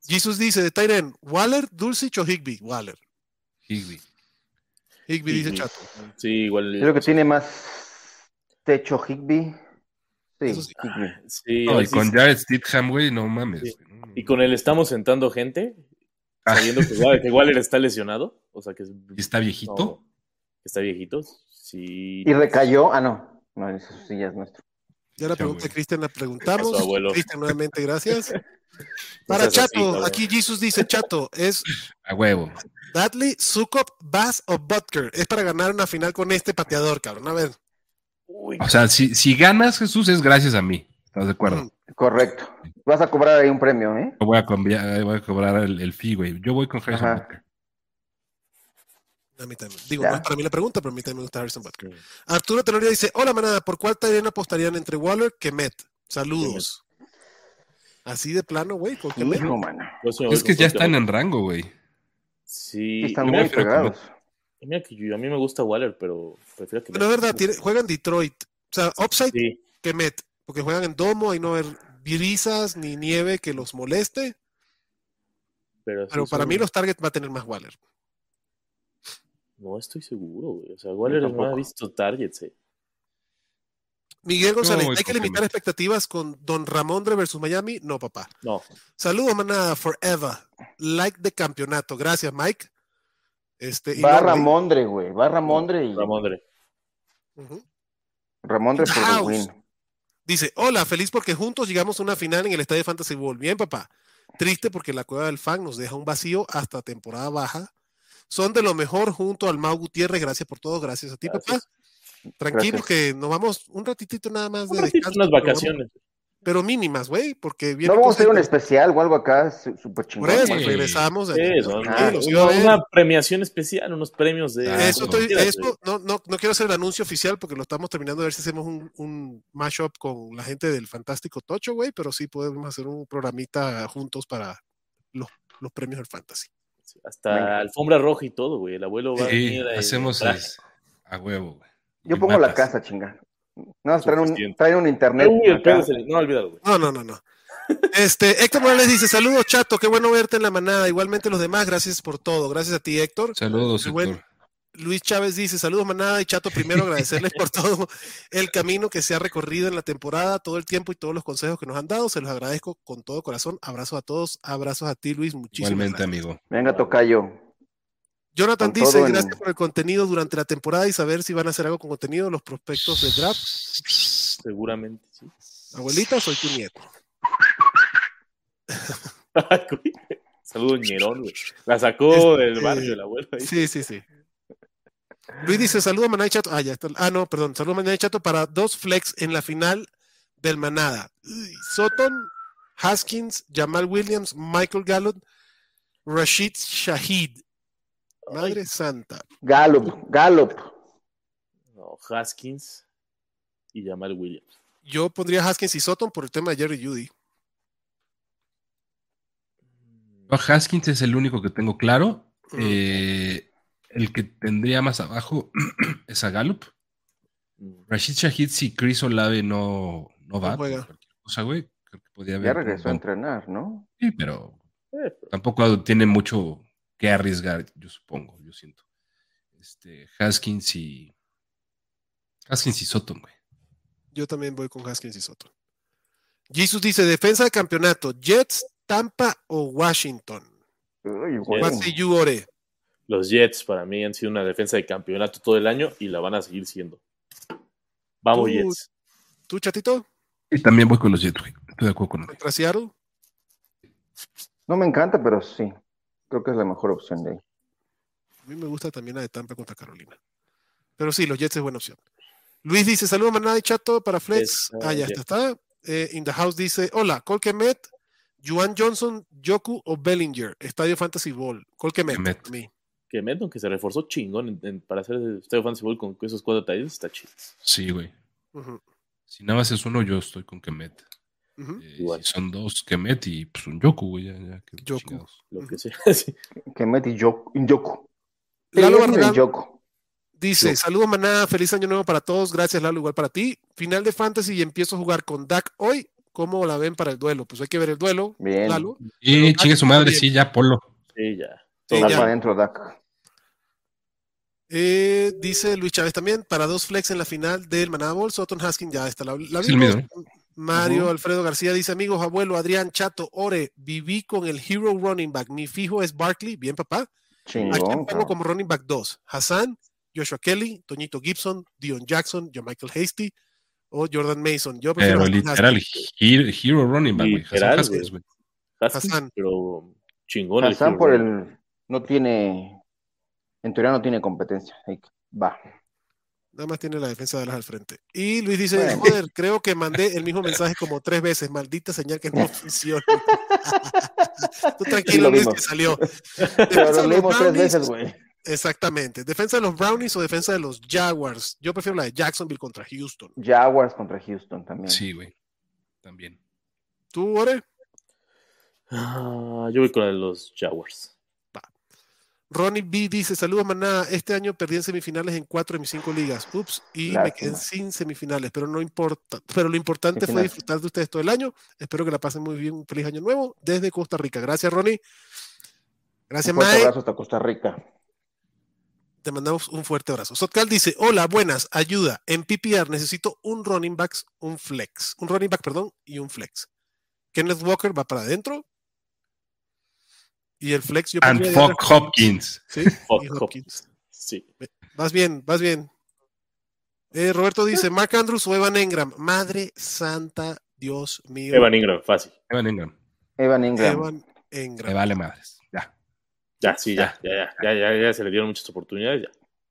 Jesus dice, de Tyren, Waller, Dulcich o Higby. Waller.
Higby.
Higby dice
Higby.
Chato.
Sí, igual.
Creo que tiene más techo Higby. Sí,
Eso sí.
Higby.
Sí,
No, y
así
con
es.
Jared Stidham, güey, no mames.
Sí.
güey, no, no,
Y
no.
con él estamos sentando gente,
Ah,
sabiendo que Waller, que Waller está lesionado, o sea que es-
y está viejito.
no, está viejito. Sí,
Y recayó. Ah, no. No, eso sí ya es nuestro.
Ya la
Ya,
pregunta de
güey.
Cristian la
Eso,
preguntamos.
abuelo.
Cristian, nuevamente, gracias. Para
Entonces, así,
Chato,
cabrón.
aquí Jesus dice, Chato, ¿es
A huevo.
Dudley, Sukop, Bass o Butker? Es para ganar una final con este pateador, cabrón. A ver.
Uy,
O sea, si, si ganas, Jesús, es gracias a mí. ¿Estás de acuerdo?
Mm.
Correcto. Vas a cobrar ahí un premio, ¿eh?
No voy a, cambiar- voy a cobrar el, el fee, güey. Yo voy con Harrison
Ajá.
Butker.
A mí también. Digo,
Ya.
no es para mí la pregunta, pero a mí también me gusta Harrison Butker.
Sí.
Arturo Tenorio dice, hola manada, ¿por cuál Tyrion apostarían entre Waller que Met? Saludos. Así de plano, güey, con Kemet.
Hijo, mano.
pues, me voy
Es que
con
ya
Tuca.
están en rango, güey.
Sí,
Sí, están
y
muy
mira,
prefiero que no.
pegados.
y mira que yo- a mí me gusta Waller, pero prefiero que.
Pero es verdad, tiene- juegan Detroit. O sea, Upside
Sí,
que Met. Porque juegan en domo y no ver brisas ni nieve que los moleste.
pero, sí
Pero para
son-
mí los targets va a tener más Waller.
No estoy seguro, güey. O sea, Waller no ha
tampoco.
visto targets, eh.
Miguel González,
voy
¿hay que
con
limitar
Kemet.
expectativas con Don Ramondre versus Miami? No, papá.
No,
Saludos, manada, forever. Like de campeonato. Gracias, Mike. Este, y
Va
no, güey.
Ramondre, güey. Va Ramondre y
Ramondre.
Ujú.
Ramondre por
House.
el win.
Dice, hola, feliz porque juntos llegamos a una final en el Estadio Fantasy Bowl. Bien, papá. Triste porque la cueva del fan nos deja un vacío hasta temporada baja. Son de lo mejor junto al Mau Gutiérrez. Gracias por todo. Gracias a ti,
Gracias.
papá. Tranquilo
Gracias.
que nos vamos un ratitito nada más de
Un ratito,
descanso,
unas
pero vamos-
vacaciones.
Pero, mínimas, güey, porque
No
viene
vamos a hacer un
cosas-
especial o algo acá su- súper
Por
chingón.
eso
Sí.
regresamos.
Sí,
eh,
son-
tranquilos, iba a
una,
haber-
una premiación especial, unos premios de.
Ah,
Eso,
como
estoy-
quieras, güey.
eso no, no, no quiero hacer el anuncio oficial porque lo estamos terminando de ver si hacemos un, un mashup con la gente del Fantástico Tocho, güey, pero sí podemos hacer un programita juntos para los, los premios del Fantasy.
Sí, Hasta
Venga.
alfombra roja y todo, güey. El abuelo va a
Sí,
venir. ahí,
hacemos
traje.
es- a huevo, güey.
Yo
Y
pongo la
matas.
casa, chinga. No, traen un,
Suficiente.
traen un internet.
Uy, el
acá.
pedo se le- No, olvídalo, güey.
No, no, no, no. Este, Héctor Morales dice, saludos chato, qué bueno verte en la manada, igualmente los demás, gracias por todo, gracias a ti Héctor.
Saludos,
Muy buen-
Héctor.
Luis Chávez dice, saludos manada y chato, primero agradecerles por todo el camino que se ha recorrido en la temporada, todo el tiempo y todos los consejos que nos han dado, se los agradezco con todo corazón, abrazos a todos, abrazos a ti Luis, muchísimas
Igualmente,
gracias.
amigo.
Venga, tocayo.
Jonathan
Con
dice,
todo en-
gracias por el contenido durante la temporada y saber si van a hacer algo con contenido los prospectos de draft.
Seguramente, sí.
Abuelita, soy tu nieto.
Ay, güey. Saludo Ñerón, güey. La sacó del
Este,
barrio el abuelo. ahí.
Sí, sí, sí. Luis dice, saludo a Maná y Chato. Ah, ya está. Ah, no, perdón. Saludo a Maná y Chato para dos flex en la final del Manada. Uy, Sutton, Haskins, Jamal Williams, Michael Gallup, Rashid Shahid. Madre santa.
Gallup, Gallup.
No, Haskins y Jamal Williams.
Yo pondría Haskins y Sutton por el tema de Jerry Judy.
No, Haskins es el único que tengo claro.
Mm.
Eh, el que tendría más abajo es a Gallup.
Mm.
Rashid Shahid, si Chris Olave no, no va,
No juega.
por cualquier cosa, güey, creo que podía
Ya
haber-
regresó a entrenar, ¿no?
Sí, pero
Eh, pero
tampoco tiene mucho que arriesgar, yo supongo, yo siento. Este, Haskins y, Haskins y Sutton, güey.
Yo también voy con Haskins y Soto. Jesus dice, defensa de campeonato, Jets, Tampa o Washington.
Uy,
güey.
What say you, Ore?
Los Jets para mí han sido una defensa de campeonato todo el año y la van a seguir siendo. Vamos,
Tú-
Jets.
¿Tú, chatito?
Y también voy con los Jets, güey. Estoy de acuerdo con él.
¿Contra Seattle?
No me encanta, pero sí. Creo que es la mejor opción de ahí.
A mí me gusta también la de Tampa contra Carolina. Pero sí, los Jets es buena opción. Luis dice, saludos manada y chato para Flex.
Yes,
ah, ya
yes.
está. está. Eh, In the House dice, hola, Colquemet, Juan Johnson, Yoku o Bellinger, Estadio Fantasy Ball. Colquemet,
Kemet.
a mí.
Que Meton, que se reforzó chingón en- en- para hacer el Estadio Fantasy Bowl con esos cuatro talleres, está chido.
Sí, güey.
Ujú,
Si nada más es uno, yo estoy con Kemet.
ujú.
Eh,
Igual.
si son dos, Kemet y pues un Yoku, güey. Ya, ya, qué
Yoku.
chingados.
Lo que sea. Sí.
Que metí yo, Yoku.
Lalo
Sí, es
Barragán
el Yoku.
dice,
Yoku.
saludos manada, feliz año nuevo para todos. Gracias, Lalo, igual para ti. Final de Fantasy y empiezo a jugar con Dak hoy. ¿Cómo la ven para el duelo? Pues hay que ver el duelo,
Bien.
Lalo.
Y
Pero-
chingue su madre, sí, ya, Polo.
Sí, ya.
Sí,
Dak
ya.
para adentro, Dak.
Eh, dice Luis Chávez también, para dos flex en la final del Manada Ball, Soton Haskin ya está. La, la
Es el
vimos.
mismo, ¿eh?
Mario
Ujú.
Alfredo García dice, amigos, abuelo, Adrián Chato, Ore, viví con el hero running back. Mi fijo es Barkley, bien papá. ¿A quién
Chingón.
pongo
cabrón.
como running back 2? Hassan, Joshua Kelly, Toñito Gibson, Dion Jackson, John Michael Hasty o Jordan Mason. Yo prefiero
Pero
Hassan
literal,
Haskins.
hero, hero running back, güey.
Literal,
Hassan Haskins, güey.
Haskins,
Hassan.
pero chingón. el
Hassan
Hero.
por el. No tiene. En teoría no tiene competencia. Ahí Va.
Nada más tiene la defensa de las al frente. Y Luis dice,
Bueno.
joder, creo que mandé el mismo mensaje como tres veces. Maldita señal que no funciona. Tú tranquilo,
lo
Luis,
vimos.
que salió.
Pero
Defensa
lo
de los
leímos tres
Brownies.
veces, güey.
Exactamente. ¿Defensa de los Brownies o defensa de los Jaguars? Yo prefiero la de Jacksonville contra Houston.
Jaguars contra Houston también.
Sí, güey. También.
¿Tú, Ore?
Ah, yo voy con la de los Jaguars.
Ronnie B dice, saludos manada, este año perdí en semifinales en cuatro de mis cinco ligas, ups, y me quedé
Lástima.
sin semifinales, pero no importa, pero lo importante fue
Semifinales.
disfrutar de ustedes todo el año, espero que la pasen muy bien, un feliz año nuevo desde Costa Rica, gracias Ronnie, gracias
Un fuerte
Mae,
abrazo hasta Costa Rica.
te mandamos un fuerte abrazo. Sotcal dice, hola, buenas, ayuda, en PPR necesito un running back, un flex, un running back, perdón, y un flex. Kenneth Walker va para adentro. Y el flex yo
And
pondría-
fuck Hopkins.
Sí,
Fuck
y
Hopkins.
Hopkins.
Sí.
Vas bien, vas bien. Eh, Roberto dice, Mark Andrews o Evan Engram. Madre santa, Dios mío.
Evan Ingram, fácil.
Evan Ingram.
Evan Ingram.
Evan
Me
Engram.
vale madres. Ya.
Ya, sí,
Ah.
ya, ya, ya, ya, ya, ya se le dieron muchas oportunidades. Ya.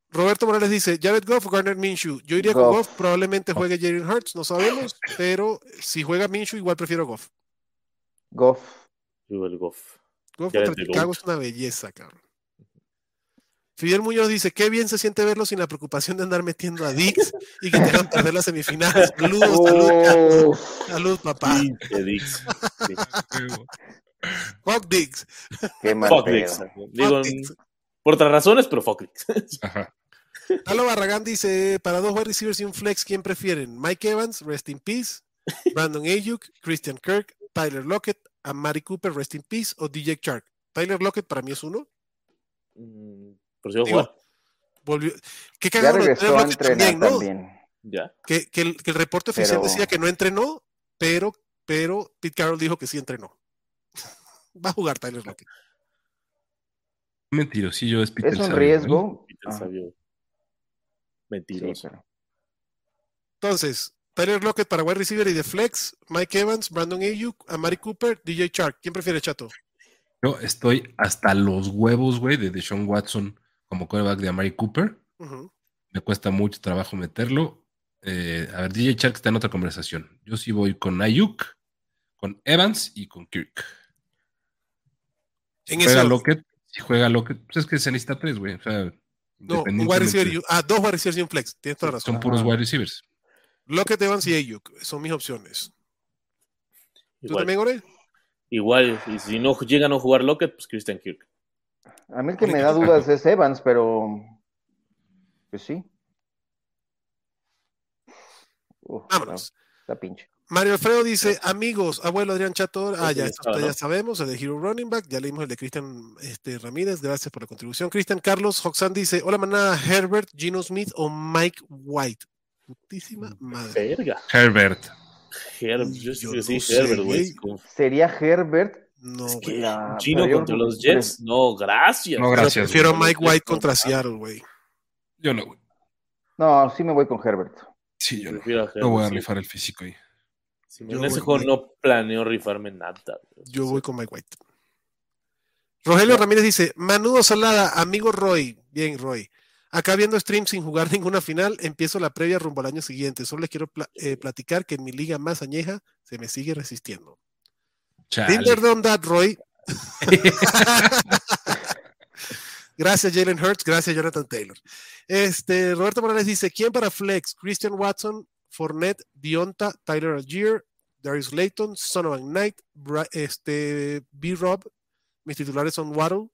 Roberto Morales dice, Jared Goff o Garner Minshew. Yo iría con
Goff.
Goff, probablemente juegue Jalen Hurts, no sabemos, pero si juega Minshew, igual prefiero Goff.
Goff.
Yo el Goff.
Goff
Jared
contra
the
Chicago
Goat.
es una belleza, cabrón. Fidel Muñoz dice, qué bien se siente verlo sin la preocupación de andar metiendo a Dix y que te hagan perder las semifinales. Saludos, saludos,
Uf,
salud, papá.
Sí, de Dix. Sí.
Fuck Dix.
qué mal
Fuck
pedo.
Dix. Digo,
fuck Dix.
por otras razones, pero fuck Dix.
Ajá.
Lalo Barragán dice, para dos wide receivers y un flex, ¿quién prefieren? Mike Evans, rest in peace, Brandon Ayuk, Christian Kirk, Tyler Lockett, Amari Cooper, rest in peace, o DJ Chark. Tyler Lockett para mí es uno.
Mm, Pero si va a
Digo,
jugar,
Volvió. Qué
Ya
cagado lo de
regresó a
Tyler Lockett
entrenar
también, ¿no?
también.
ya.
Que, que el, que el reporte oficial
Pero-
decía que no entrenó, pero, pero Pete Carroll dijo que sí entrenó. Va a jugar Tyler Lockett.
Mentirosillo es Peter
Es un
Savio, güey.
riesgo.
Peter
Ah,
Savio.
sí,
Mentiroso.
pero-
Entonces, Tyler Lockett para wide receiver y de flex, Mike Evans, Brandon Ayuk, Amari Cooper, DJ Chark. ¿Quién prefiere, Chato?
Yo estoy hasta los huevos, güey, de Deshaun Watson como quarterback de Amari Cooper.
Ujú.
Me cuesta mucho trabajo meterlo. Eh, a ver, DJ Shark está en otra conversación. Yo sí voy con Ayuk, con Evans y con Kirk. Si
En ese
juega
orden.
Lockett, si juega Lockett, pues es que se necesita tres, güey. O sea,
No, un
independientemente,
wide receiver y un- ah, dos wide receivers y un flex. Tienes toda la razón.
son puros
Ajá.
wide receivers.
Lockett, Evans y Ayuk son mis opciones. ¿Tú
Igual,
también, Ore?
igual. Y si no llega a no jugar Lockett, pues Christian Kirk.
A mí el que me da dudas es Evans, pero. Pues sí. Uf,
Vámonos.
La, la pinche.
Mario Alfredo dice, amigos, abuelo Adrián Chator, ah,
Ese
ya,
ya
esto
estaba,
ya
¿no?
sabemos, el de Hero Running Back, ya leímos el de Cristian este, Ramírez, gracias por la contribución. Cristian Carlos Hoxan dice, hola manada, Herbert, Gino Smith o Mike White.
Mm,
Putísima madre.
Verga.
Herbert.
Herbert, yo,
Yo
yo
no
sí,
sé,
Herbert, güey.
güey.
Como-
Sería Herbert.
No,
Es que
güey.
la-
Chino
pero yo
contra
no-
los Jets. No, gracias.
No,
O sea,
gracias,
Prefiero a
güey.
Mike White contra Seattle, güey.
Yo no, güey.
No, sí me voy con Herbert.
Sí, yo no.
Prefiero a Herbert.
No voy a
sí.
rifar el físico ahí.
Sí,
Yo
en ese
voy-
juego no planeo rifarme nada. güey.
Yo voy con Mike White. Rogelio Ramírez dice: Manudo Salada, amigo Roy. Bien, Roy. Acá viendo stream sin jugar ninguna final, empiezo la previa rumbo al año siguiente. Solo les quiero pla- eh, platicar que mi liga más añeja se me sigue resistiendo.
Chale.
Tinder don't that, Roy. gracias, Jalen Hurts. Gracias, Jonathan Taylor. Este, Roberto Morales dice: ¿Quién para Flex? Christian Watson, Fournette, Dionta, Tyler Algier, Darius Layton, Sonovan Knight, Bra- este, B. Rob. Mis titulares son Waddle,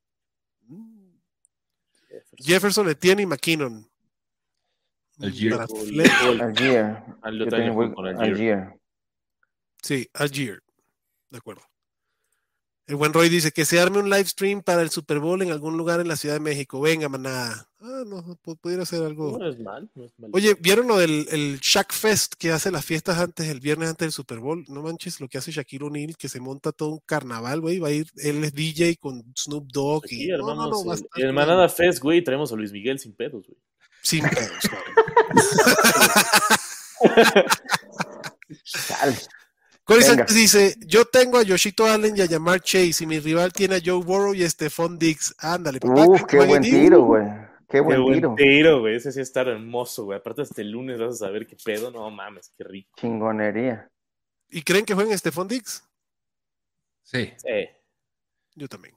mm, Jefferson, Etienne y McKinnon.
Algier.
Para
Gol,
Flex,
gol.
Algier.
Ah, yo
Yo
también
también
voy
voy
con
con
Algier.
Algier.
Sí, Algier. De acuerdo. El buen Roy dice que se arme un live stream para el Super Bowl en algún lugar en la Ciudad de México. Venga, manada. Ah, no, pu- pudiera ser algo.
No es mal, no es mal.
Oye, ¿vieron lo del el Shaq Fest que hace las fiestas antes, el viernes antes del Super Bowl? No manches lo que hace Shaquille O'Neal, que se monta todo un carnaval, güey. Va a ir, él es DJ con Snoop Dogg.
Aquí,
y, no,
hermanos,
no, no, va a
el-
estar
el, Manada Fest, güey, traemos a Luis Miguel sin pedos, güey.
Sin pedos, cabrón.
Chale.
Cory
Venga.
Sánchez dice: Yo tengo a Yoshito Allen y a Yamar Chase, y mi rival tiene a Joe Burrow y a Stephon Diggs. Ándale, papá.
Uf,
que
qué
juegue
buen
Diggs.
tiro, güey. Qué buen
Qué
tiro.
güey. Ese sí está hermoso, güey. Aparte, hasta el lunes vas a saber qué pedo. No mames, qué rico.
Chingonería.
¿Y creen que jueguen Stephon Diggs?
Sí.
Eh,
Yo también.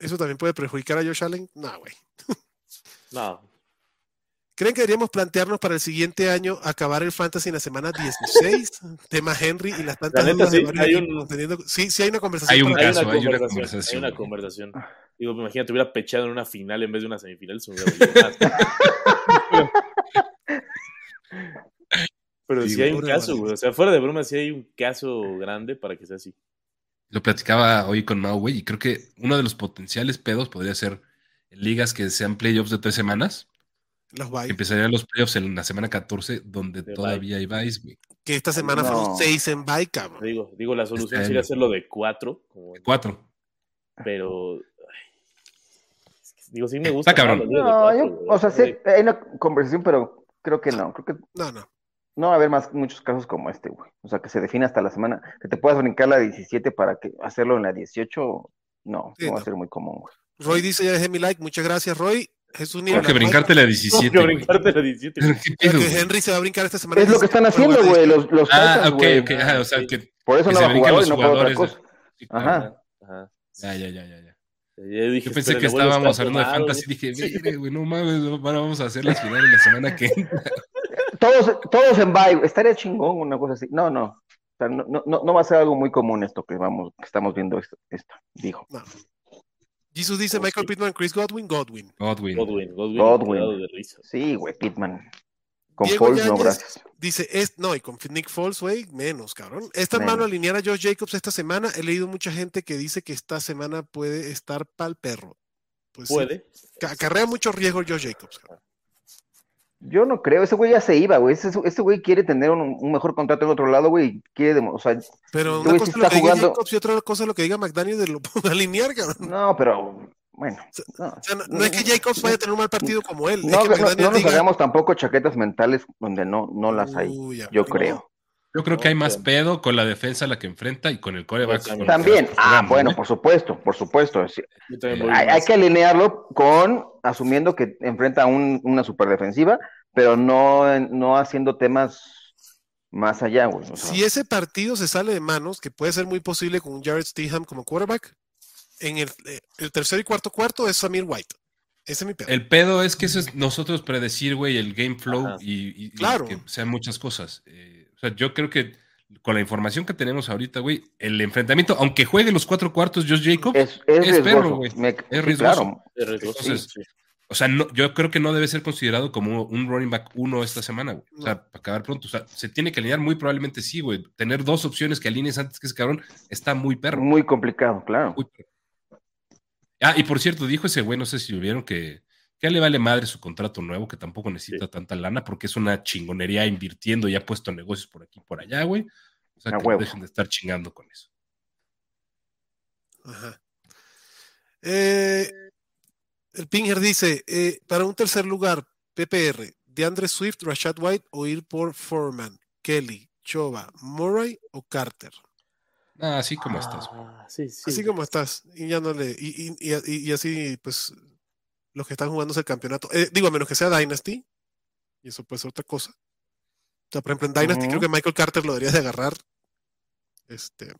¿Eso también puede perjudicar a Josh Allen? No, güey.
no.
¿Creen que deberíamos plantearnos para el siguiente año acabar el Fantasy en la semana 16? Tema Henry y las tantas
La neta,
dudas de
sí,
varios
hay un-
equipos teniendo- Sí, sí hay una conversación.
Hay un
para-
Hay,
caso, eh.
una
hay una
conversación, hay
conversación,
una
güey.
conversación. Digo, me imagino, te hubiera pechado en una final en vez de una semifinal. se me hubiera dolido más. Pero
Sí,
sí hay un
pobre
caso,
Valencia.
güey. O sea, fuera de broma, sí hay un caso grande para que sea así.
Lo platicaba hoy con Mau, güey, y creo que uno de los potenciales pedos podría ser ligas que sean playoffs de tres semanas.
Los
que
bye,
Empezarían los playoffs en la semana 14, donde
De
todavía hay vice, güey.
que esta semana fueron
No.
seis en bye, cabrón.
Digo, digo la solución
Está bien.
sería hacerlo de cuatro, como-
Cuatro.
pero. ay, es que, digo, sí me
Está
gusta.
cabrón.
más los días de
No,
cuatro,
yo,
güey.
o sea, sí, hay una conversación, pero creo que no. Creo que
No, no.
no va a haber más muchos casos como este, güey. O sea, que se define hasta la semana. Que te puedas brincar la 17 para que hacerlo en la 18, no,
Sí,
no va
no.
a ser muy común, güey.
Roy dice: Ya dejé mi like. Muchas gracias, Roy. Jesús
Creo
Niebla.
que brincarte la
No,
17.
que
güey.
brincarte la 17.
Pero
güey.
qué
Creo
pedo,
que
güey.
Henry se va a brincar esta semana.
Es lo que están haciendo, güey, los, los
Ah,
Titans,
ok,
güey.
ok. ah, o sea, que,
Por eso
que
no
se
va a
brinquen
jugar hoy,
los
no juega otra
jugadores. eh.
cosa.
Sí,
Ajá.
cabrón.
Ajá.
Ya, ya, ya, ya. ya.
Yo, dije,
Yo pensé
"Espera,
que
el abuelo está
estábamos hablando de
tomado,
fantasy y dije,
Sí.
"Mire, güey, no mames, ahora vamos a hacer las finales la semana que entra".
Todos, todos en bye, güey. estaría chingón una cosa así. No, no. O sea, no, no, no- no va a ser algo muy común esto que vamos, que estamos viendo esto, esto dijo.
Jesus dice:
Oh,
Michael
sí.
Pittman, Chris Godwin, Godwin.
Godwin.
Godwin, Godwin,
Godwin.
cagado de risa.
Sí, güey, Pitman. Con
Diego
Paul, no,
Yáñez.
gracias.
Dice, es, no, y con Nick Foles, güey, menos, cabrón. Es tan
Menos.
malo alinear a Josh Jacobs esta semana. He leído mucha gente que dice que esta semana puede estar pa'l perro. Pues sí,
Puede.
ca- acarrea mucho riesgo Josh Jacobs. cabrón.
Yo no creo, ese güey ya se iba, güey. Ese, ese güey quiere tener un, un mejor contrato en otro lado, güey. y Quiere, demo- o sea,
Pero
Tú
una
ves
cosa
que
es lo
está
que diga
jugando-
Jacobs y otra cosa es lo que diga McDaniel de lo de alinear, cabrón.
no, pero bueno. No,
O sea, no, no es que Jacobs vaya a tener un mal partido como él. es
Mm. no,
que
no-
McDaniel
no nos
diga,
hagamos tampoco chaquetas mentales donde no, no las hay,
"Uy, ya,
yo
no".
creo.
Yo creo que hay más
Ok.
pedo con la defensa a la que enfrenta y con el coreback.
Pues
con el que
También,
va
ah,
jugando,
bueno,
¿eh?
por supuesto, por supuesto. sí.
Yo también
Eh,
voy
Hay,
más.
hay que alinearlo con asumiendo que enfrenta a un- una superdefensiva, pero no, no haciendo temas más allá, güey. o sea,
Si ese partido se sale de manos, que puede ser muy posible con un Jared Steham como quarterback, en el, eh, el tercer y cuarto cuarto es Samir White. Ese es mi pedo.
El pedo es que eso es nosotros predecir, güey, el game
Ajá.
flow y, y- y
Claro.
que sean muchas cosas. Eh, o sea, yo creo que con la información que tenemos ahorita, güey, el enfrentamiento, aunque juegue los cuatro cuartos Josh Jacobs,
es, es
es perro,
riesgoso.
güey,
me- sí,
riesgoso.
claro.
Es riesgoso,
Entonces,
sí.
o sea, no, yo creo que no debe ser considerado como un running back uno esta semana, güey. O sea, para acabar pronto. O sea, se tiene que alinear muy probablemente sí, güey. Tener dos opciones que alinees antes que ese cabrón está muy perro.
Muy complicado, claro.
Muy perro. Ah, y por cierto, dijo ese güey, no sé si lo vieron, que, que le vale madre su contrato nuevo, que tampoco necesita tanta lana, porque es una chingonería invirtiendo y ha puesto negocios por aquí y por allá, güey. O sea,
A
que
huevo.
dejen de estar chingando con eso.
Ajá. Eh, el Pinger dice, eh, para un tercer lugar, PPR, DeAndre Swift, Rashad White o ir por Foreman, Kelly, Chova, Murray o Carter.
Ah, así como estás.
Ah, sí, sí.
Así como estás. Y ya no le, y, y- y- y así, pues, los que están jugándose el campeonato. eh, digo, a menos que sea Dynasty. Y eso puede ser otra cosa. O sea, por ejemplo, en Dynasty
Ujú.
creo que Michael Carter lo deberías de agarrar. Este.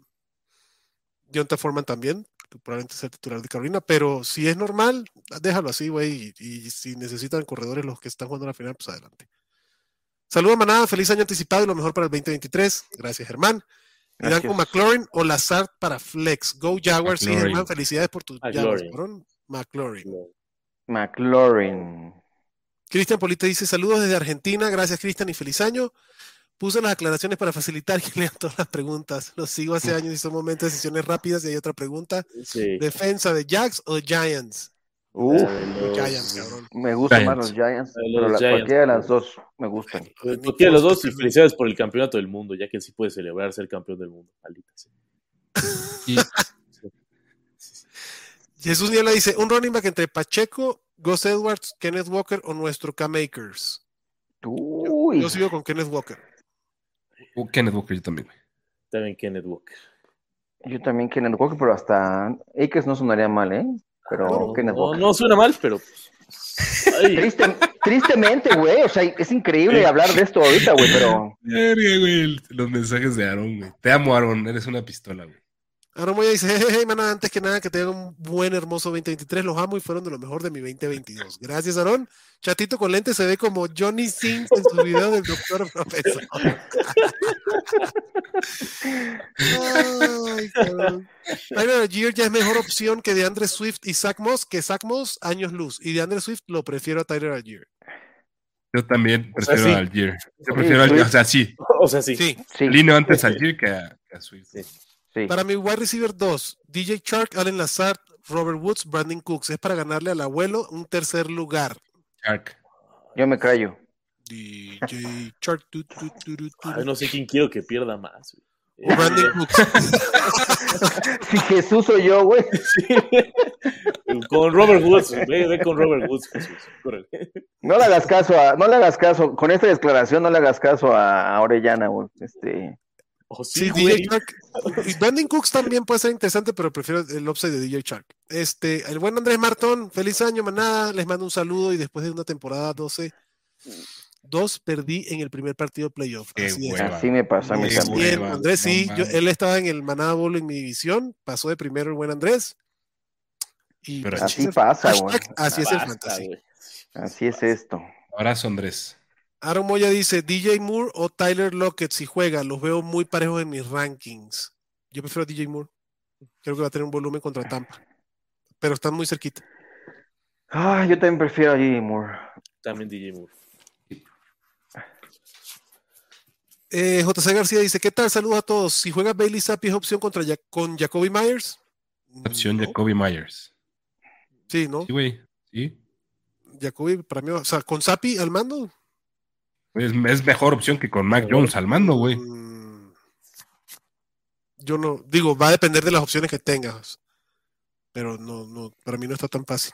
Jonathan Foreman también, que probablemente sea el titular de Carolina, pero si es normal, déjalo así, güey. Y, y si necesitan corredores los que están jugando la final, pues adelante. Saludos, manada. Feliz año anticipado y lo mejor para el 2023. Gracias, Germán. Y dan con
Gracias.
McLaurin o Lazard para Flex. Go Jaguars, sí,
McLaurin.
Germán. Felicidades por tus Jaguars,
McLaurin.
cabrón. McLaurin.
McLaurin.
Cristian Polite dice: Saludos desde Argentina. Gracias, Cristian, y feliz año. Puse las aclaraciones para facilitar que lean todas las preguntas. Los sigo hace años y son momentos de decisiones rápidas. Y hay otra pregunta:
Sí.
¿defensa de Jags o Giants?
Uf,
La de los-
Giants, cabrón.
me gustan más
Giants.
los Giants,
Los
pero la-
Giants.
cualquiera de las dos me gustan.
Pues, cualquiera de los dos, y felicidades por el campeonato del mundo, ya que él sí puede celebrar ser campeón del mundo. Maldita sea.
Y
Jesús Niebla dice: Un running back entre Pacheco, Gus Edwards, Kenneth Walker o nuestro K-Makers.
Uy,
Yo sigo con Kenneth Walker.
o Kenneth Walker, yo también, güey.
También Kenneth Walker.
yo también Kenneth Walker, pero hasta Akers no sonaría mal, ¿eh? Pero
No,
Kenneth
no,
Walker.
no suena mal, pero. pues, Ay,
Triste- tristemente, güey, o sea, es increíble
Sí.
hablar de esto ahorita, güey, pero
Verga, güey, el- Los mensajes de Aaron, güey. Te amo, Aaron. Eres una pistola, güey.
Ahora voy a decir, hey, hey, maná, antes que nada, que tengan un buen, hermoso 2023. Los amo y fueron de lo mejor de mi 2022. Gracias, Aarón. Chatito con lente se ve como Johnny Sins en su video del doctor profesor. Ay, cabrón. Tyler Algier ya es mejor opción que de Andre Swift y Zach Moss, que Zach Moss años luz. Y de Andre Swift lo prefiero a Tyler Algier.
Yo también prefiero
sí.
a Algier. Yo prefiero a Algier. O sea, sí.
o sea, sí.
Sí,
sí,
Lino antes a Algier que a, que a Swift.
Sí.
sí.
para mi wide receiver 2, DJ Chark, Allen Lazard, Robert Woods, Brandon Cooks. Es para ganarle al abuelo un tercer lugar.
Shark.
Yo me callo.
DJ Chark. tu, tu, tu, tu, tu.
Ay, no sé quién quiero que pierda más. güey.
O Brandon Cooks.
Si Jesús soy yo, güey.
Eh, Con Robert Woods, ve, ve con Robert Woods, Jesús. Córrele.
No le hagas caso a, no le hagas caso, con esta declaración no le hagas caso a, a Orellana, güey. Este,
Oh, sí,
Sí,
güey.
DJ Chark. Y Brandon Cooks también puede ser interesante, pero prefiero el upside de DJ Chark. Este, el buen Andrés Martón, feliz año, manada. Les mando un saludo y después de una temporada 12, 2 perdí en el primer partido de playoff.
Qué
Así es.
hueva.
así me pasó a mí
Muy
Muy
esa
también.
bien,
hueva,
Andrés,
no
sí. yo-
mames.
él estaba en el Maná Bowl en mi división, pasó de primero el buen Andrés. Y
Pero
así,
Así
es el-
pasa, güey.
hashtag, así es el
Basta,
fantasy.
güey.
Así es esto.
Abrazo, Andrés.
Aaron Moya dice, DJ Moore o Tyler Lockett si juega, los veo muy parejos en mis rankings. Yo prefiero a DJ Moore. Creo que va a tener un volumen contra Tampa. Pero están muy cerquita.
Ah, yo también prefiero a Jimmy Moore.
También DJ Moore.
Eh, JC García dice, ¿qué tal? Saludos a todos. Si juega Bailey Zappi es opción contra Ya- con Jacoby Myers.
Opción
No.
Jacoby Myers.
Sí, ¿no?
Sí, güey. Sí.
Jacoby para mí, va- o sea, con Zappi al mando.
Es, es mejor opción que con Mac Jones al mando, güey.
Mm, Yo no, digo, va a depender de las opciones que tengas. Pero no, no, para mí no está tan fácil.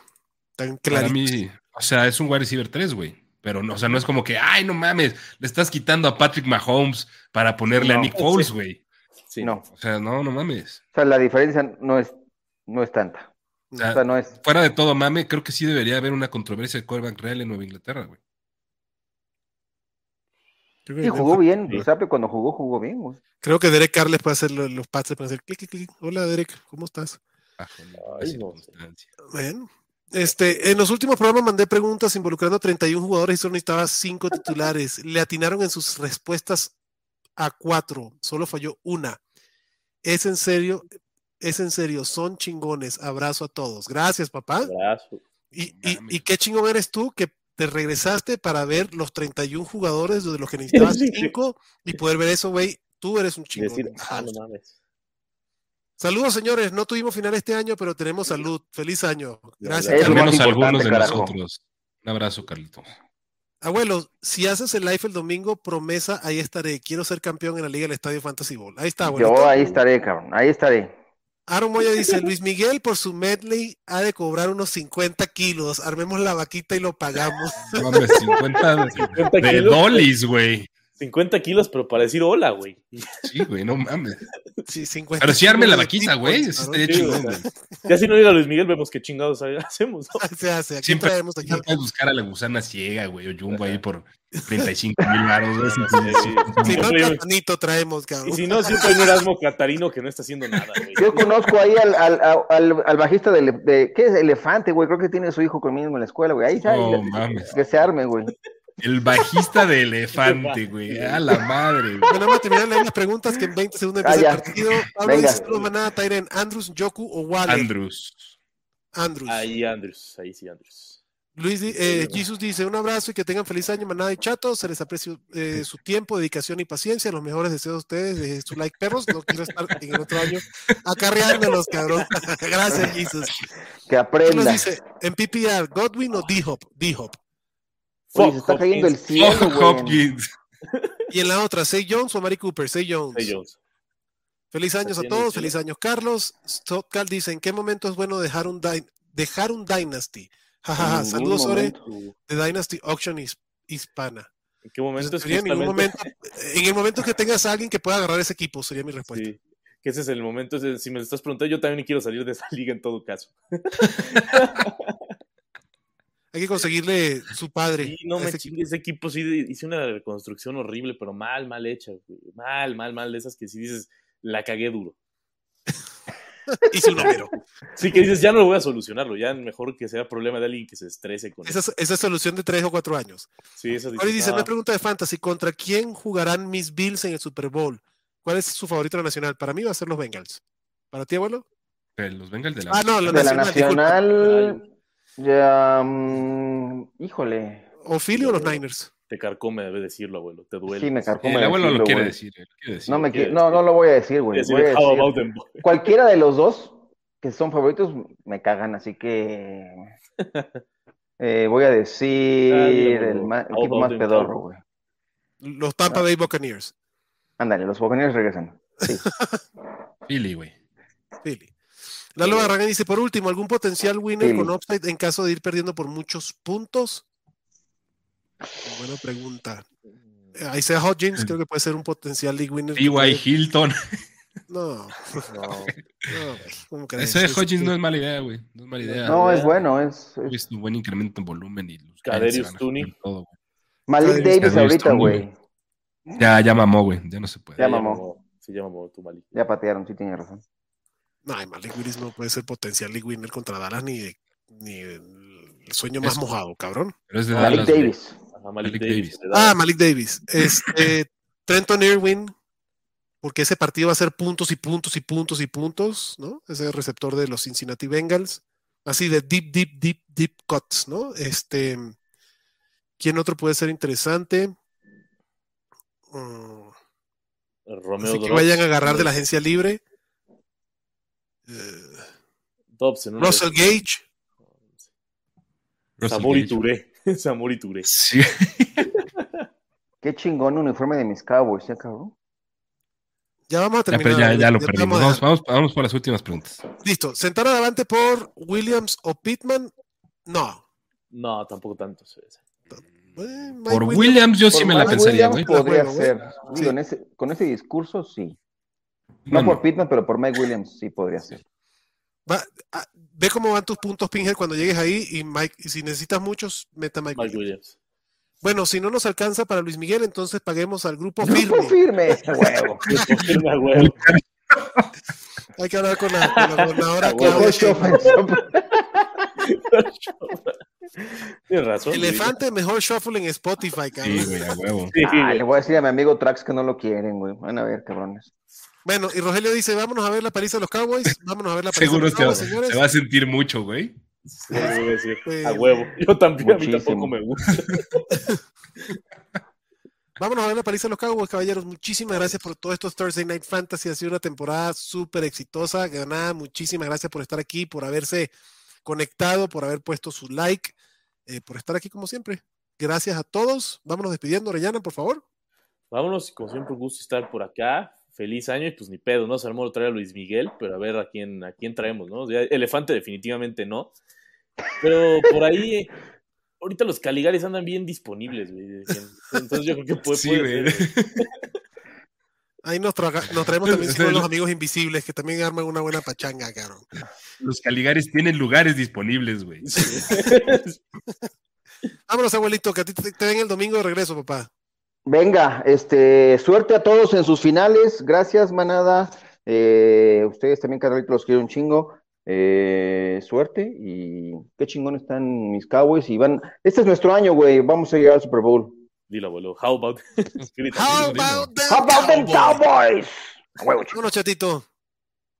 Tan
Para
clarito.
mí, o sea, es un wide receiver 3, güey. Pero, no, o sea, no es como que, ay, no mames, le estás quitando a Patrick Mahomes para ponerle a
No.
Nick Foles, güey.
pues Sí.
No.
O sea, no, no mames.
O sea, la diferencia no es, no es tanta.
O
O
sea,
sea, no es.
fuera de todo mame, creo que sí debería haber una controversia de quarterback real en Nueva Inglaterra, güey.
Creo que-
Sí, jugó bien.
Sí.
Sape cuando jugó, jugó bien, güey.
Creo que Derek Carles puede hacer lo- los pases, puede hacer clic, clic, clic. Hola, Derek, ¿cómo estás?
Bajo ninguna
Ay, no.
circunstancia.
Bueno. Este, en los últimos programas mandé preguntas involucrando a 31 jugadores y solo necesitaba 5 titulares. Le atinaron en sus respuestas a 4. Solo falló una. Es en serio, es en serio, son chingones. Abrazo a todos. Gracias, papá.
Abrazo.
Y,
No
y-
mames.
y qué chingón eres tú que te regresaste para ver los 31 jugadores de los que necesitabas
Sí.
5 y poder ver eso, güey. Tú eres un chingón.
Decir, ah,
Ajá.
no mames.
Saludos, señores. No tuvimos final este año, pero tenemos salud. Feliz año. Gracias.
Es
Al
lo más
menos algunos de
importante, carajo.
nosotros. Un abrazo, Carlitos.
Abuelo, si haces el live el domingo, promesa, ahí estaré. Quiero ser campeón en la Liga del Estadio Fantasy Bowl. Ahí está, abuelo.
Yo ahí estaré, cabrón. Ahí estaré.
Aaron Moya dice, Luis Miguel por su medley ha de cobrar unos 50 kilos. Armemos la vaquita y lo pagamos.
No mames, 50 de-
50
de
kilos.
dolis, güey.
50 kilos, pero para decir hola, güey.
Sí, güey, no mames.
Sí, 50
Pero sí arme la
kilos de
vaquita, güey.
Bitcoin,
Eso
¿no?
estaría
Sí,
chingón,
o sea.
güey.
Ya si no llega Luis Miguel, vemos qué chingados hacemos. ¿no?
Se hace, aquí
Siempre-
traemos aquí.
Siempre puedes buscar a la gusana ciega, güey, o Jumbo ahí por 35 mil baros, güey. sin- sin-
Sí.
Si no,
Siempre-
platanito traemos,
Y
cabrón.
si no, siempre hay un Erasmo Catarino que no está haciendo nada, güey.
Yo conozco ahí al, al, al- al- al bajista de, de- ¿Qué es? Elefante, güey. Creo que tiene su hijo conmigo en la escuela, güey. Ahí está.
No
ahí-
mames.
Que se arme, güey.
El bajista de elefante, güey. A la madre, güey.
Bueno, vamos a terminar las preguntas que en 20 segundos
Ah,
empieza el
ya.
partido. Pablo
Venga.
dice, no manada, Tyren, Andrews, Yoku o Waller.
Andrews.
Andrews.
Ahí Andrews, ahí sí Andrews.
Luis, di- eh, Jesus dice, un abrazo y que tengan feliz año, manada y chato. Se les aprecia eh, su tiempo, dedicación y paciencia. Los mejores deseos a ustedes. Dejen su like, perros. No quiero estar en el otro año acarreándolos, cabrón. Gracias, Jesus. ¿Qué
Que
nos
aprenda.
dice? En PPR, Godwin o D-Hop. D-Hop.
Oye, se está
Fuck
cayendo el
Hopkins.
cielo, güey.
Hopkins.
Y en la otra, Say Jones o Mari Cooper. Say Jones.
Say Jones.
Feliz años a
Así es,
todos,
sí.
feliz años Carlos. Stotcal dice, ¿en qué momento es bueno dejar un, dy- dejar un Dynasty? Jajaja,
En ningún
saludos Ore
momento.
de Dynasty Auction His- Hispana.
¿En qué momento es
Pues Sería en ningún
justamente-
momento, eh, en el momento que tengas a alguien que pueda agarrar ese equipo, sería mi respuesta.
Sí, que ese es el momento. ese- Si me lo estás preguntando, yo también quiero salir de esa liga en todo caso.
Hay que conseguirle su padre.
Y no
a
me
ese equipo.
chingue, ese equipo sí de- hice una reconstrucción horrible, pero mal, mal hecha, güey. Mal, mal, mal, de esas que si dices, la cagué duro.
Hice un número.
Sí que dices, ya no lo voy a solucionarlo, ya mejor que sea problema de alguien que se estrese con
Esa, es- esa es solución de tres o cuatro años.
Sí, eso dices, "Ah,
Ahora "Ah, dice,
"No".
una pregunta de fantasy, ¿contra quién jugarán mis Bills en el Super Bowl? ¿Cuál es su favorito nacional? Para mí va a ser los Bengals. ¿Para ti, abuelo?
Eh, Los Bengals de la.
Ah, no, la
De la
nacional. disculpa.
nacional. Ya, mm, híjole.
¿O Philly o los Niners?
Te carcome, debe decirlo, abuelo. Te duele.
Sí, me carcome
el abuelo
decirlo,
lo quiere
güey.
decir. eh, lo quiere decir.
No, me
quiere
qui- no,
decir.
no lo voy a decir, güey.
Decir, "Ah,
Voy a
"How
decir-
about them, boy?"
Cualquiera de los dos que son favoritos me cagan, así que eh, voy a decir
Ah, mira,
el,
boludo.
ma- el
How
equipo
about
más
them
pedorro,
Cowboys?
güey.
Los Tampa Bay Buccaneers.
Ándale, los Buccaneers regresan. Sí.
Philly, güey.
Philly. Lalo
Sí.
Barragán dice, por último, ¿algún potencial winner
Philly.
con upside en caso de ir perdiendo por muchos puntos? Buena pregunta. Eh, Isaiah Hodgins
Mm.
creo que puede ser un potencial league winner.
T.Y. Hilton.
No, no,
No.
güey, ¿cómo crees?
Ese de
Es-
Hodgins no es mala idea, güey. No es mala idea.
No, es bueno, es, es-
Es un buen incremento en volumen y los
Kadarius
Giants se van a
Toney.
comer todo, güey.
Malik
Cowboys,
Davis
Cowboys,
ahorita,
Tony,
güey.
Ya, ya mamó, güey. Ya no se puede.
Ya
Se
mamó.
llamó- Se llama tu malito.
Ya patearon, sí tiene razón.
No, ay, Malik Willis no puede ser potencial league winner contra Dallas ni, de- ni el sueño más
Es-
mojado, cabrón.
Pero es de
Malik
Dallas, güey.
Davis.
Ajá, Malik
Malik
Davis.
Davis.
le da-
Ah, Malik Davis. Este, Trenton Irwin, porque ese partido va a ser puntos y puntos y puntos y puntos, ¿no? Ese receptor de los Cincinnati Bengals. Así de deep, deep, deep, deep cuts, ¿no? Este, ¿quién otro puede ser interesante? Mm,
Romeo
así que
Dobbs.
vayan a agarrar de la agencia libre. Eh,
Dobbs en una de
Russell Gage.
esas.
Russell
Samori
Gage.
Touré. Samori Touré.
Sí.
Qué chingón uniforme de mis Cowboys, ya cabrón.
Ya vamos a
Ya,
terminar.
pero ya, ya lo
te
perdimos.
vamos a
Vamos,
dejar.
vamos, vamos por las últimas preguntas.
Listo. Sentar adelante por Williams o Pittman. No,
No, tampoco tanto. sí, sí.
Pues,
Eh, Mike
Por
Williams.
Williams, yo sí
Por
me la
Mike
pensaría,
Williams
güey.
Podría
Bueno,
ser.
Sí.
Digo, en ese- con ese discurso, sí.
No,
No,
no.
por Pittman, pero por Mike Williams sí podría ser.
Va- ah, ve cómo van tus puntos, Pinger, cuando llegues ahí. Y Mike, y si necesitas muchos, meta Mike.
Mike
Williams.
Williams.
Bueno, si no nos alcanza para Luis Miguel, entonces paguemos al grupo
Grupo
firme.
firme, huevo.
Confirma, güey.
Hay que hablar con la, con la gobernadora Claudia
Mejor
Sheinbaum.
chofer, chofer.
Tienes razón. güey.
Elefante, mejor shuffle en Spotify, cabrón.
Sí, güey, a huevo.
Sí, sí,
Ah,
güey.
le voy a decir a mi amigo Trax que no lo quieren, güey. Van a ver, cabrones.
Bueno, y Rogelio dice: Vámonos a ver la paliza de los Cowboys. Vámonos a ver la paliza
Seguro
de los
se va,
Cowboys,
se
señores.
va a sentir mucho, güey.
Sí, lo voy a decir.
Eh,
A huevo. Yo también, a mí
Muchísimo.
tampoco me gusta.
Vámonos a ver la paliza de los Cowboys, caballeros. Muchísimas gracias por todos estos Thursday Night Fantasy. Ha sido una temporada súper exitosa, ganada. Muchísimas gracias por estar aquí, por haberse conectado, por haber puesto su like. eh, por estar aquí como siempre. Gracias a todos. Vámonos despidiendo, Orellana, por favor.
Vámonos, como siempre, un gusto estar por acá. Feliz año y pues ni pedo, ¿no? Se armó lo trae a Luis Miguel, pero a ver a quién, a quién traemos, ¿no? Ya Elefante definitivamente no. Pero por ahí, eh, ahorita los Caligares andan bien disponibles, güey. Entonces yo creo que puede,
Sí,
puede
güey.
ser, güey.
Ahí nos, traga- nos traemos también si no, los amigos invisibles, que también arman una buena pachanga, cabrón.
Los Caligares tienen lugares disponibles, güey.
Vámonos, abuelito, que a ti te, te ven el domingo de regreso, papá.
Venga, este, suerte a todos en sus finales. Gracias, manada. Eh, ustedes también, Carlitos, los quiero un chingo. Eh, suerte y qué chingón están mis Cowboys. Y van, este es nuestro año, güey. Vamos a llegar al Super Bowl.
Dilo, abuelo. How about. Grita.
How
domingo.
about them
How about them
Cowboys?
Cowboys? A huevo, chingón.
Vámonos, chatito.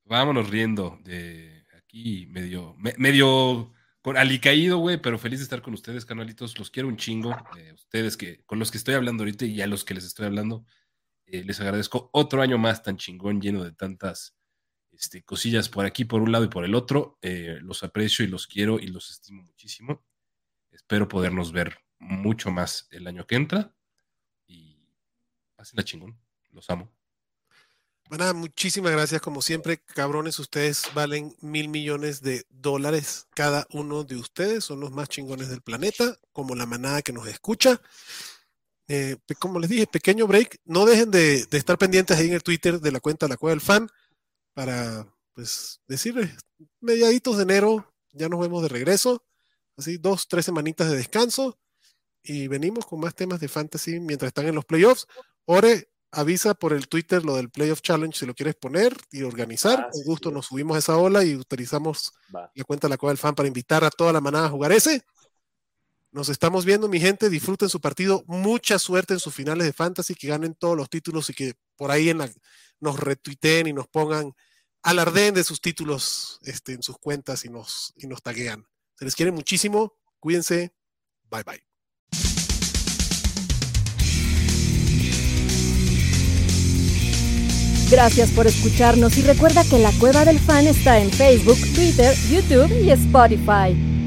Vámonos riendo de aquí, medio, me- medio con alicaído, güey, pero feliz de estar con ustedes, canalitos. Los quiero un chingo. eh, ustedes que con los que estoy hablando ahorita y a los que les estoy hablando, eh, les agradezco otro año más tan chingón, lleno de tantas este, cosillas por aquí, por un lado y por el otro. Eh, los aprecio y los quiero y los estimo muchísimo. Espero podernos ver mucho más el año que entra. Y pásenla chingón. Los amo.
Maná, Pues muchísimas gracias. Como siempre, cabrones, ustedes valen mil millones de dólares. Cada uno de ustedes son los más chingones del planeta, como la manada que nos escucha. Eh, pe- como les dije, pequeño break. No dejen de, de estar pendientes ahí en el Twitter de la cuenta La Cueva del Fan para pues decirles, mediaditos de enero, ya nos vemos de regreso. Así, dos, tres semanitas de descanso. Y venimos con más temas de fantasy mientras están en los playoffs. Ore, avisa por el Twitter lo del Playoff Challenge si lo quieres poner y organizar.
Ah,
Con
sí,
gusto
sí.
nos subimos a esa ola y utilizamos
Va.
la cuenta de la Cueva del Fan para invitar a toda la manada a jugar ese. Nos estamos viendo, mi gente. Disfruten su partido. Mucha suerte en sus finales de fantasy, que ganen todos los títulos y que por ahí en la- nos retuiteen y nos pongan alardeen de sus títulos este, en sus cuentas y nos, y nos taguean. Se les quiere muchísimo. Cuídense. Bye bye.
Gracias por escucharnos y recuerda que la Cueva del Fan está en Facebook, Twitter, YouTube y Spotify.